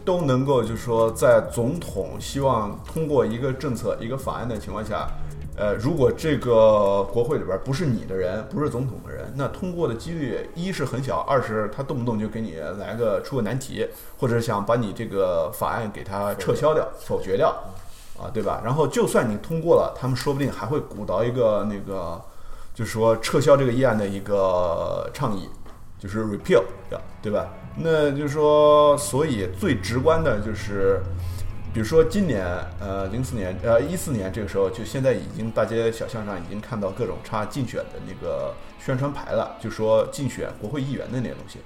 都能够就是说，在总统希望通过一个政策、一个法案的情况下，呃，如果这个国会里边不是你的人，不是总统的人，那通过的几率一是很小，二是他动不动就给你来个出个难题，或者想把你这个法案给他撤销掉、否决掉。啊，对吧？然后就算你通过了，他们说不定还会鼓捣一个那个，就是说撤销这个议案的一个倡议，就是 repeal 的，对吧？那就是说，所以最直观的就是，比如说今年，呃，零四年，呃，一四年这个时候，就现在已经大街小巷上已经看到各种插竞选的那个宣传牌了，就说竞选国会议员的那些东西。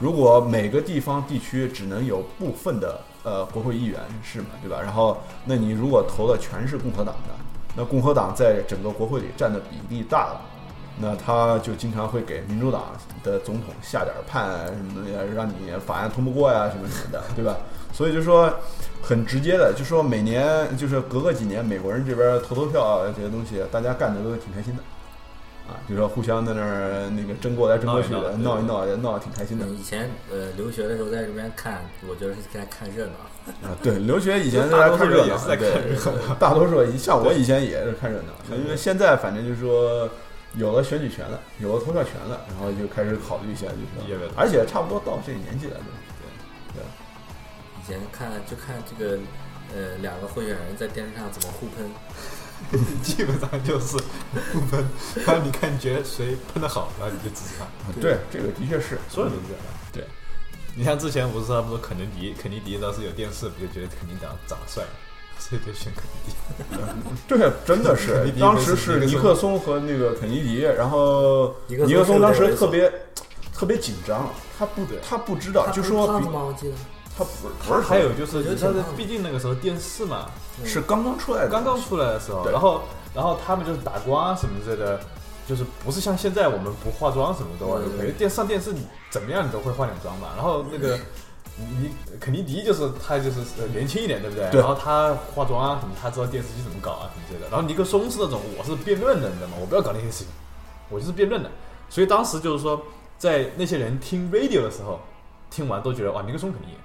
如果每个地方地区只能有部分的呃国会议员是嘛，对吧？然后，那你如果投的全是共和党的，那共和党在整个国会里占的比例大了，那他就经常会给民主党的总统下点儿判什么的，让你法案通不过呀，什么什么的，对吧？所以就说很直接的，就说每年就是隔个几年，美国人这边投投票啊这些东西，大家干的都挺开心的。啊，就说互相在那儿那个争过来争过去的，
闹
闹一
一闹
闹，闹得挺开心的。
以前呃留学的时候在这边看，我觉得是在看热闹。
啊，对，留学以前
就大多
在
数
看热
也
闹
是在，看
对， 大多数像我以前也是看热闹，因为现在反正就是说有了选举权了，有了投票权了，然后就开始考虑一下，就是
也
说
没有
而且差不多到这个年纪了，
以前看就看这个呃两个候选人在电视上怎么互喷，
基本上就是不分，然后你看你觉得谁喷的好，然后你就支持他，
对，啊对，这个的确是，
所有人都这样。
对，
你像之前不是他们说肯尼迪，肯尼迪当时有电视，不就觉得肯尼迪长得帅，所以就选肯尼迪。
对，真的是
肯尼，迪
当时
跟
是
尼
尼
克
克松和那个肯尼迪，然后
尼克松
尼克松当时特
是
别特别紧张，他不
对
他不知道，就说
他不是胖
比
子吗？我记得
他不是不
他
是
还有就是，
有
你
点
像是
胖
毕竟那个时候电视嘛，
嗯
是刚刚出来的，
刚刚出来的时候，
对
然后然后他们就是打光啊什么之类的，就是不是像现在我们不化妆什么的，
对对
可以电上电视你怎么样你都会化点妆吧。然后那个你你肯尼迪就是他就是呃年轻一点，对不对？
对
然后他化妆啊什么，他知道电视机怎么搞啊什么之类的。然后尼克松是那种我是辩论的，你知道吗？我不要搞那些事情，我就是辩论的。所以当时就是说，在那些人听 radio 的时候，听完都觉得哇，尼克松肯定赢。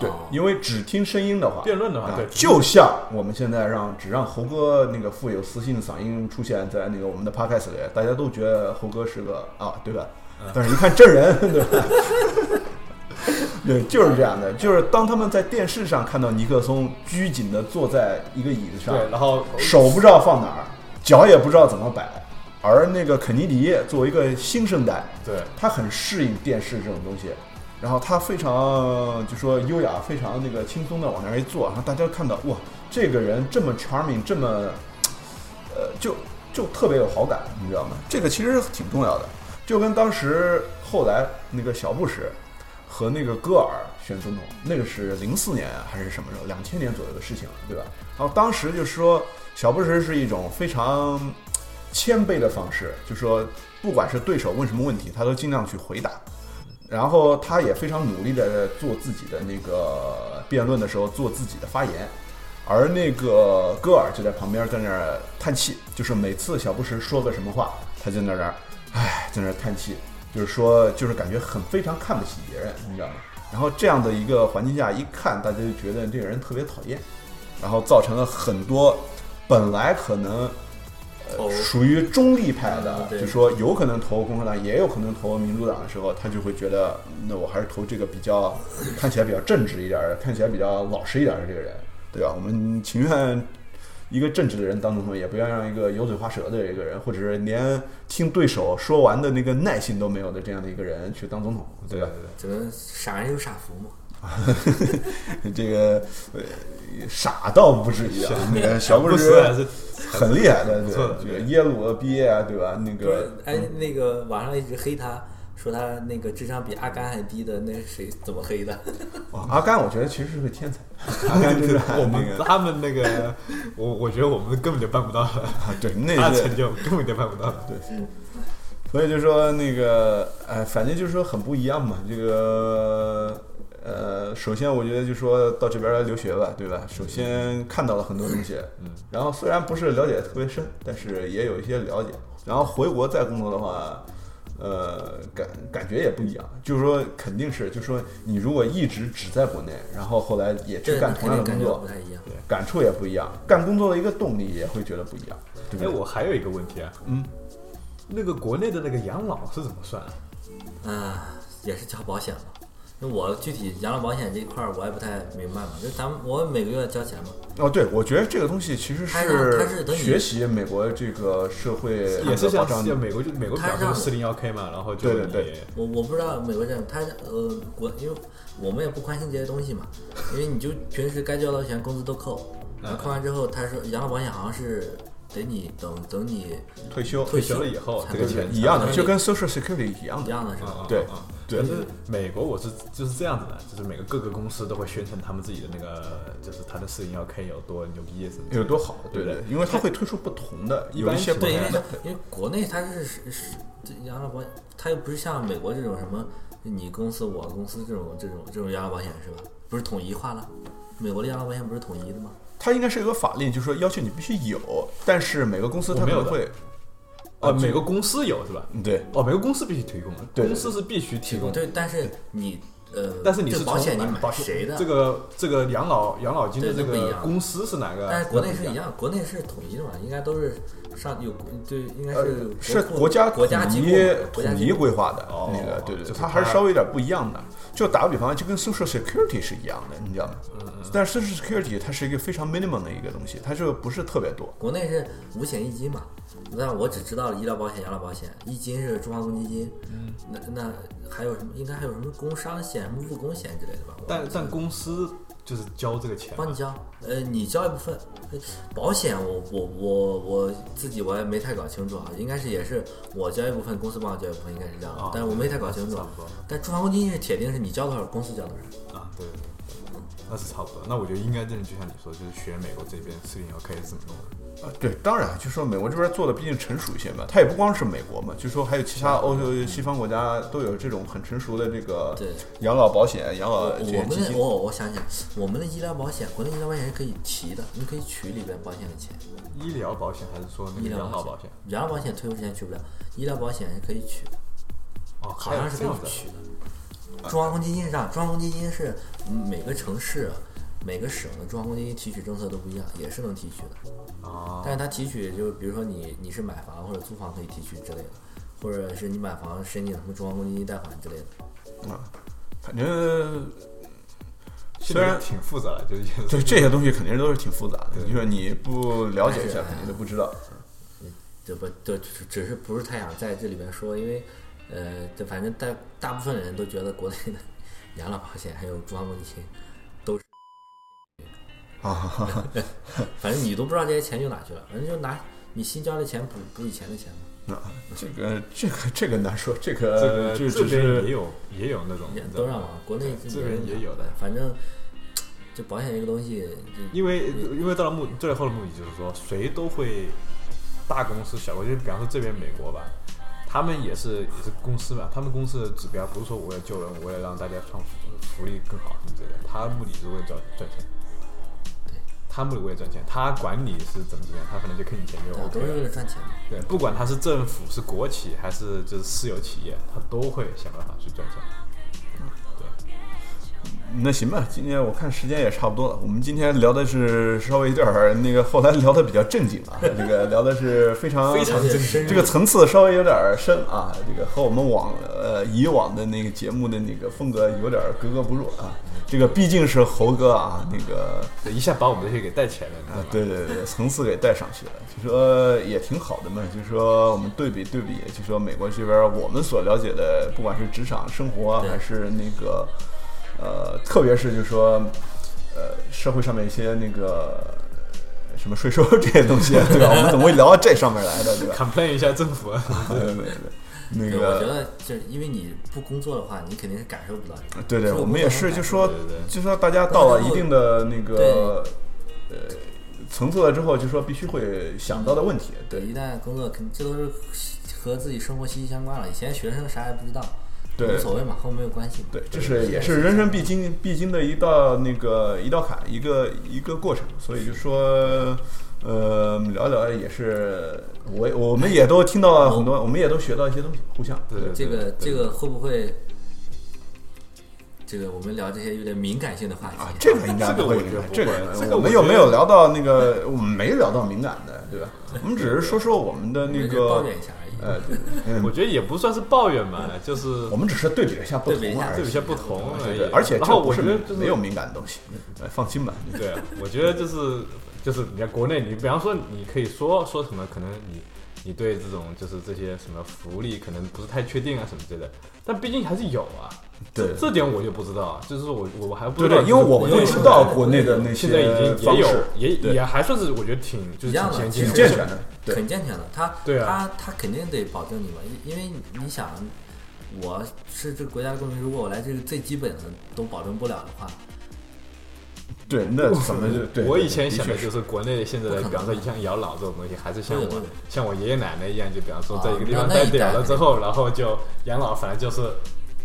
对
哦，
因为只听声音的话，
啊辩论的话
啊
对
就像我们现在让只让猴哥那个富有磁性的嗓音出现在那个我们的 podcast 里，大家都觉得猴哥是个啊，对吧？
嗯
但是一看真人， 对吧？对，就是这样的。就是当他们在电视上看到尼克松拘谨的坐在一个椅子上，
对，然后
手不知道放哪儿，脚也不知道怎么摆，而那个肯尼迪作为一个新生代，
对
他很适应电视这种东西，然后他非常就说优雅，非常那个轻松的往那儿一坐，然后大家看到哇，这个人这么 charming，这么，呃，就就特别有好感，你知道吗？这个其实挺重要的，就跟当时后来那个小布什和那个戈尔选总统，那个是零四年还是什么时候？两千年左右的事情了，对吧？然后当时就说小布什是一种非常谦卑的方式，就说不管是对手问什么问题，他都尽量去回答。然后他也非常努力的做自己的那个辩论的时候做自己的发言，而那个戈尔就在旁边在那儿叹气，就是每次小布什说个什么话，他就在那儿，唉，在那儿叹气，就是说就是感觉很非常看不起别人，你知道吗？然后这样的一个环境下，一看大家就觉得这个人特别讨厌，然后造成了很多本来可能
哦
投
属于中立派
嗯
的，
对
就说有可能投共和党，也有可能投民主党的时候，他就会觉得，那我还是投这个比较看起来比较正直一点儿，看起来比较老实一点儿的这个人，对吧？我们情愿一个正直的人当总统，也不要让一个油嘴滑舌的一个人，或者是连听对手说完的那个耐心都没有的这样的一个人去当总统，对吧？
只能傻人有傻福嘛。
这个呃傻倒不至于啊，那个小布
不
什
是还是
很厉害的，
不
对
错的
吧，这个耶鲁毕业啊，对嗯吧？那
不是
个，
哎，那个网上一直黑他，说他那个智商比阿甘还低的，那是谁怎么黑的？
哇阿甘，我觉得其实是个天 才。阿 甘真的那个，
我们 他们那个，我我觉得我们根本就办不到了，
啊， 对，那
他
个
成就根本就办不到了。
对， 所以就说那个，哎，反正就是说很不一样嘛。这个，呃，首先我觉得就说到这边来留学吧，对吧？首先看到了很多东西，嗯，然后虽然不是了解得特别深，但是也有一些了解。然后回国再工作的话，呃，感感觉也不一样。就是说，肯定是，就是说，你如果一直只在国内，然后后来也去
这
干
肯
同样的
定感
工
觉
作
不，太一样。
感触也不一样，干工作的一个动力也会觉得不一样，对不对？
哎，我还有一个问题啊，
嗯，
那个国内的那个养老是怎么算啊？
啊，也是交保险嘛。那我具体养老保险这一块儿我也不太明白嘛，就咱们我每个月交钱嘛，
哦，对，我觉得这个东西其实
它让它是
是
等于
学习美国这个社会
也是
保
像
障
像美国就美国
它
表
让
示四零幺 K 嘛，然后就
对对
你
对
我我不知道美国政府，他呃，我因为我们也不关心这些东西嘛，因为你就平时该交的钱工资都扣，然
嗯
后扣完之后，他说养老保险好像是得你等等你
退休
退
休了以后
才
对
这个
能
对
钱
一样
才
的，
能
就
领
跟 Social Security 一样
一
的。
样的是吧？
啊
对
啊啊
对
但是美国我是就是这样子的，就是每个各个公司都会宣传他们自己的那个，就是他的四零幺 K 有多牛逼什么之类
有
的，
多好，对
对
对
对，
因为它会推出不同的，
一
有
般
一些
情
不
况
对，因
同
为
的
它，因为国内它是是是这养老保险，它又不是像美国这种什么你公司我公司这种这种这种养老保险是吧？不是统一化了？美国的养老保险不是统一的吗？
它应该是有个法令，就是说要求你必须有，但是每个公司它可
我没有
能会，
哦，每个公司有是吧？
嗯对，
哦，每个公司必须提供，
对对
公司是必须提供。
对，但是你呃，
但是你
这
是
保险你
从啊
买
保险
谁的？
这个这个养老养老金的
对
这
都不一
个
样
公司是哪个？
但是国内是
那不
一
一样。
样，国内是统一的嘛，应该都是上有对，应该
呃
是
是
库
国家
国家
统
机
一
构嘛国家
统
机
一
构
规划的
哦
那个，对对，
就是
它还是
它
稍微有点不一样的。就打个比方，就跟 Social Security 是一样的，你知道吗？
嗯
但是 Social Security 它是一个非常 minimum 的一个东西，它这个不是特别多。
国内是五险一金嘛，但我只知道了医疗保险、养老保险，一金是住房公积金，嗯，那那还有什么？应该还有什么工伤险、什么务工险之类的吧？我
但但公司就是交这个钱嘛，
帮你交，呃，你交一部分。呃保险我我我我自己我也没太搞清楚啊，应该是也是我交一部分，公司帮我交一部分，应该是这样的
啊，
但是我没太搞清楚
差。不多
但住房公积金是铁定是你交多少，公司交多少。
啊，对对对，那是差不多。那我觉得应该真的就像你说，就是学美国这边四零幺 K 是怎么弄的。
啊，对，当然，就说美国这边做的毕竟成熟一些嘛，它也不光是美国嘛，就说还有其他欧洲西方国家都有这种很成熟的这个
嗯对
养老保险、养老啊呃这
我
些
们
基
的
金。
我我想想，我们的医疗保险，国内医疗保险是可以提的，你可以取里边保险的钱。
医疗保险还是说那
医
个
疗
养老保险？，
养老保险退休之前取不了，医疗保险是可以取的，
哦，
好像是
这
可
样
以
子。
取的。住房公积金是这样，住房公积金是嗯每个城市、每个省的住房公积金提取政策都不一样，也是能提取的。
啊
但是它提取就是，比如说你你是买房或者租房可以提取之类的，或者是你买房申请什么住房公积金贷款之类的。
啊，反正
现
虽
在
然
挺复杂的，就是也是
对这些东西肯定都是挺复杂的，
对哎
就是你不了解一下
但是，
肯定都不知道。
就不就只只是不是太想在这里边说，因为呃，就反正大大部分人都觉得国内的 养老保险还有住房公积金都是，
啊，
反正你都不知道这些钱去哪去了，反正就拿你新交的钱补补以前的钱嘛。
那这个这个这个难说，这
这
个
个
这只
这边也
是
有也有那种
也
你知道
都让
吗
往国内
这边也有的，
反正就保险这个东西，就
因为因为到了目最后的目的就是说，谁都会大公司小公司，就比方说这边美国吧，他们也是也是公司嘛，他们公司的指标不是说我要救人，我要让大家上福福利更好什么之类的，他的目的是为了赚赚钱。
对，
他目的为了赚钱，他管你是怎么怎么样，他可能就坑你钱就
对
OK
都是为
了。
了赚钱嘛。
对，不管他是政府、是国企还是就是私有企业，他都会想办法去赚钱。对，
那行吧。今天我看时间也差不多了，我们今天聊的是稍微有点儿那个，后来聊的比较正经啊，这 个聊的是非常
非常
而且
正
深入
这个层次稍微有点儿深啊，这个和我们往呃以往的那个节目的那个风格有点儿格格不入啊。这个毕竟是猴哥啊，那个
对一下把我们这些给带起来了，你知道
啊
嗯
吗，？
对对对，层次给带上去了，就说也挺好的嘛。就说我们对比对比，就说美国这边我们所了解的，不管是职场生活啊
对
还是那个，呃，特别是就说，呃，社会上面一些那个呃什么税收这些东西，对吧？我们怎么会聊到这上面来的， 对吧？
complain 一下政府。啊
对对对，那
对，我觉
个。
得就是因为你不工作的话，你肯定是感受不到这个。
对对，
这个
我们也是，就说
对对对
就说大家到了一定的那个呃层次了之后，就说必须会想到的问题，对
对，，一旦工作，肯这都是和自己生活息息相关了。以前学生啥也不知道，
对
无所谓嘛，和我没有关系嘛。
对，这是也是人生必经必经的一道那个一道坎，一个一个过程，所以就说，呃，聊一聊也是我我们也都听到了很多，我们也都学到一些东西，互相
对对对
这个
对
这个会不会？这个我们聊这些有点敏感性的话题，
啊，这个应该
这个
不会
我觉得，
这个
不会这个
我们
我
有
觉
没
得
有聊到那个？我们没聊到敏感的，对吧？我们只是说说我们的那
我们
个
抱怨一下而已。
呃，
我觉得也不算是抱怨吧，就是
我们只是对比了一下不
对比一
同
下
而
对比一
已。
下不同而已
对，。而且
然后
这不
我
是
觉得就是
没有敏感的东西，呃放心吧。
对啊，我觉得就是就是你在国内，你比方说你可以说说什么，可能你你对这种就是这些什么福利可能不是太确定啊什么之类的，但毕竟还是有啊。
对
这这点我就不知道啊，就是我我还不
对
知道，
对，因为我
我
们也知道国内的那
现在已
些
经也
方
有
式
也
对
也还算是我觉得挺就是
一样
挺先
的
进
挺
的，
健全的，对
很健全的。他
对啊
他他肯定得保证你嘛，因为你想，我是这个国家的公民，如果我来这个最基本的都保证不了的话，
对，那怎么就对？
我以
对
前想的
确是
就是国内现在的，比方说像养老这种东西，还是像
对对
我
对
像我爷爷奶奶一样，就比方说
啊
在一个地
那
方
那
待
一
久
代
了
肯
之
定
后，然后就养老，反正就是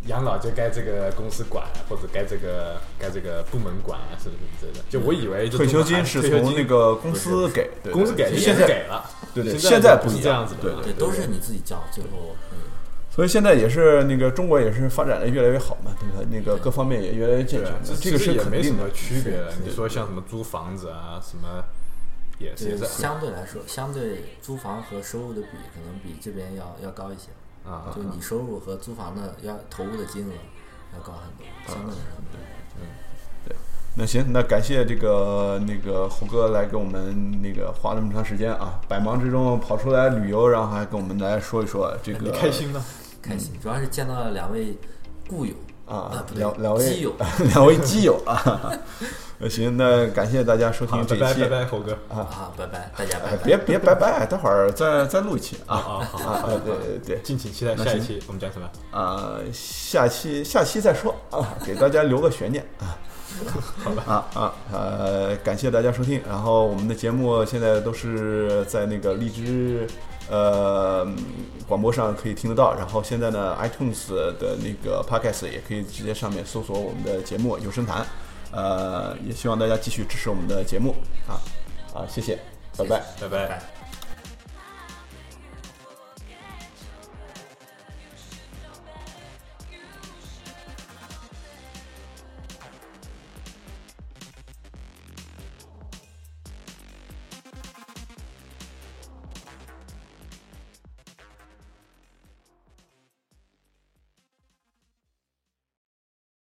养老就该这个公司管，或者该这个该这个部门管啊，是不是之类的？就我以为就
退休
中国
金
还
是
退休
从
金
那个公司给，对对
公司
对
给，
现
也是
在
给了，
对对，
现
现在
不
不
是
一
这样子的，
对
对，都是你自己交，最后嗯
所以现在也是那个中国也是发展的越来越好嘛，对吧？那个各方面也越来越健
对
全
啊，这
了，这个
其实
是
也
肯
没什
定的
么。区别的。
是
你说像什么租房子啊，什么也是
就
也
是
是
相对来说，相对租房和收入的比，可能比这边要要高一些。
啊
就，你收入和租房的要投入的金额要高很多，相对来说。
那行，那感谢这个那个胡哥来给我们那个花那么长时间啊，百忙之中跑出来旅游，然后还跟我们来说一说这
你
个
开心吗？
开心，主要是见到了两位故友
啊
不，对
两两位
基友
两位基友啊。 那行，那感谢大家收
好，
听这
拜
一
拜
期
拜。拜，猴哥。
啊，拜拜，大家拜
哎，
拜。
别别拜拜，待会儿再再录一期啊
啊啊，好。
啊！哎对对对。
敬请期待下一期我们讲什么。
啊、下期下期再说啊， 给大家留个悬念啊。 好吧啊啊呃，感谢大家收听。然后我们的节目现在都是在那个荔枝呃广播上可以听得到。然后现在呢，iTunes 的那个 Podcast 也可以直接上面搜索我们的节目《有声谈》。呃，也希望大家继续支持我们的节目啊啊，谢谢，拜拜。
拜拜。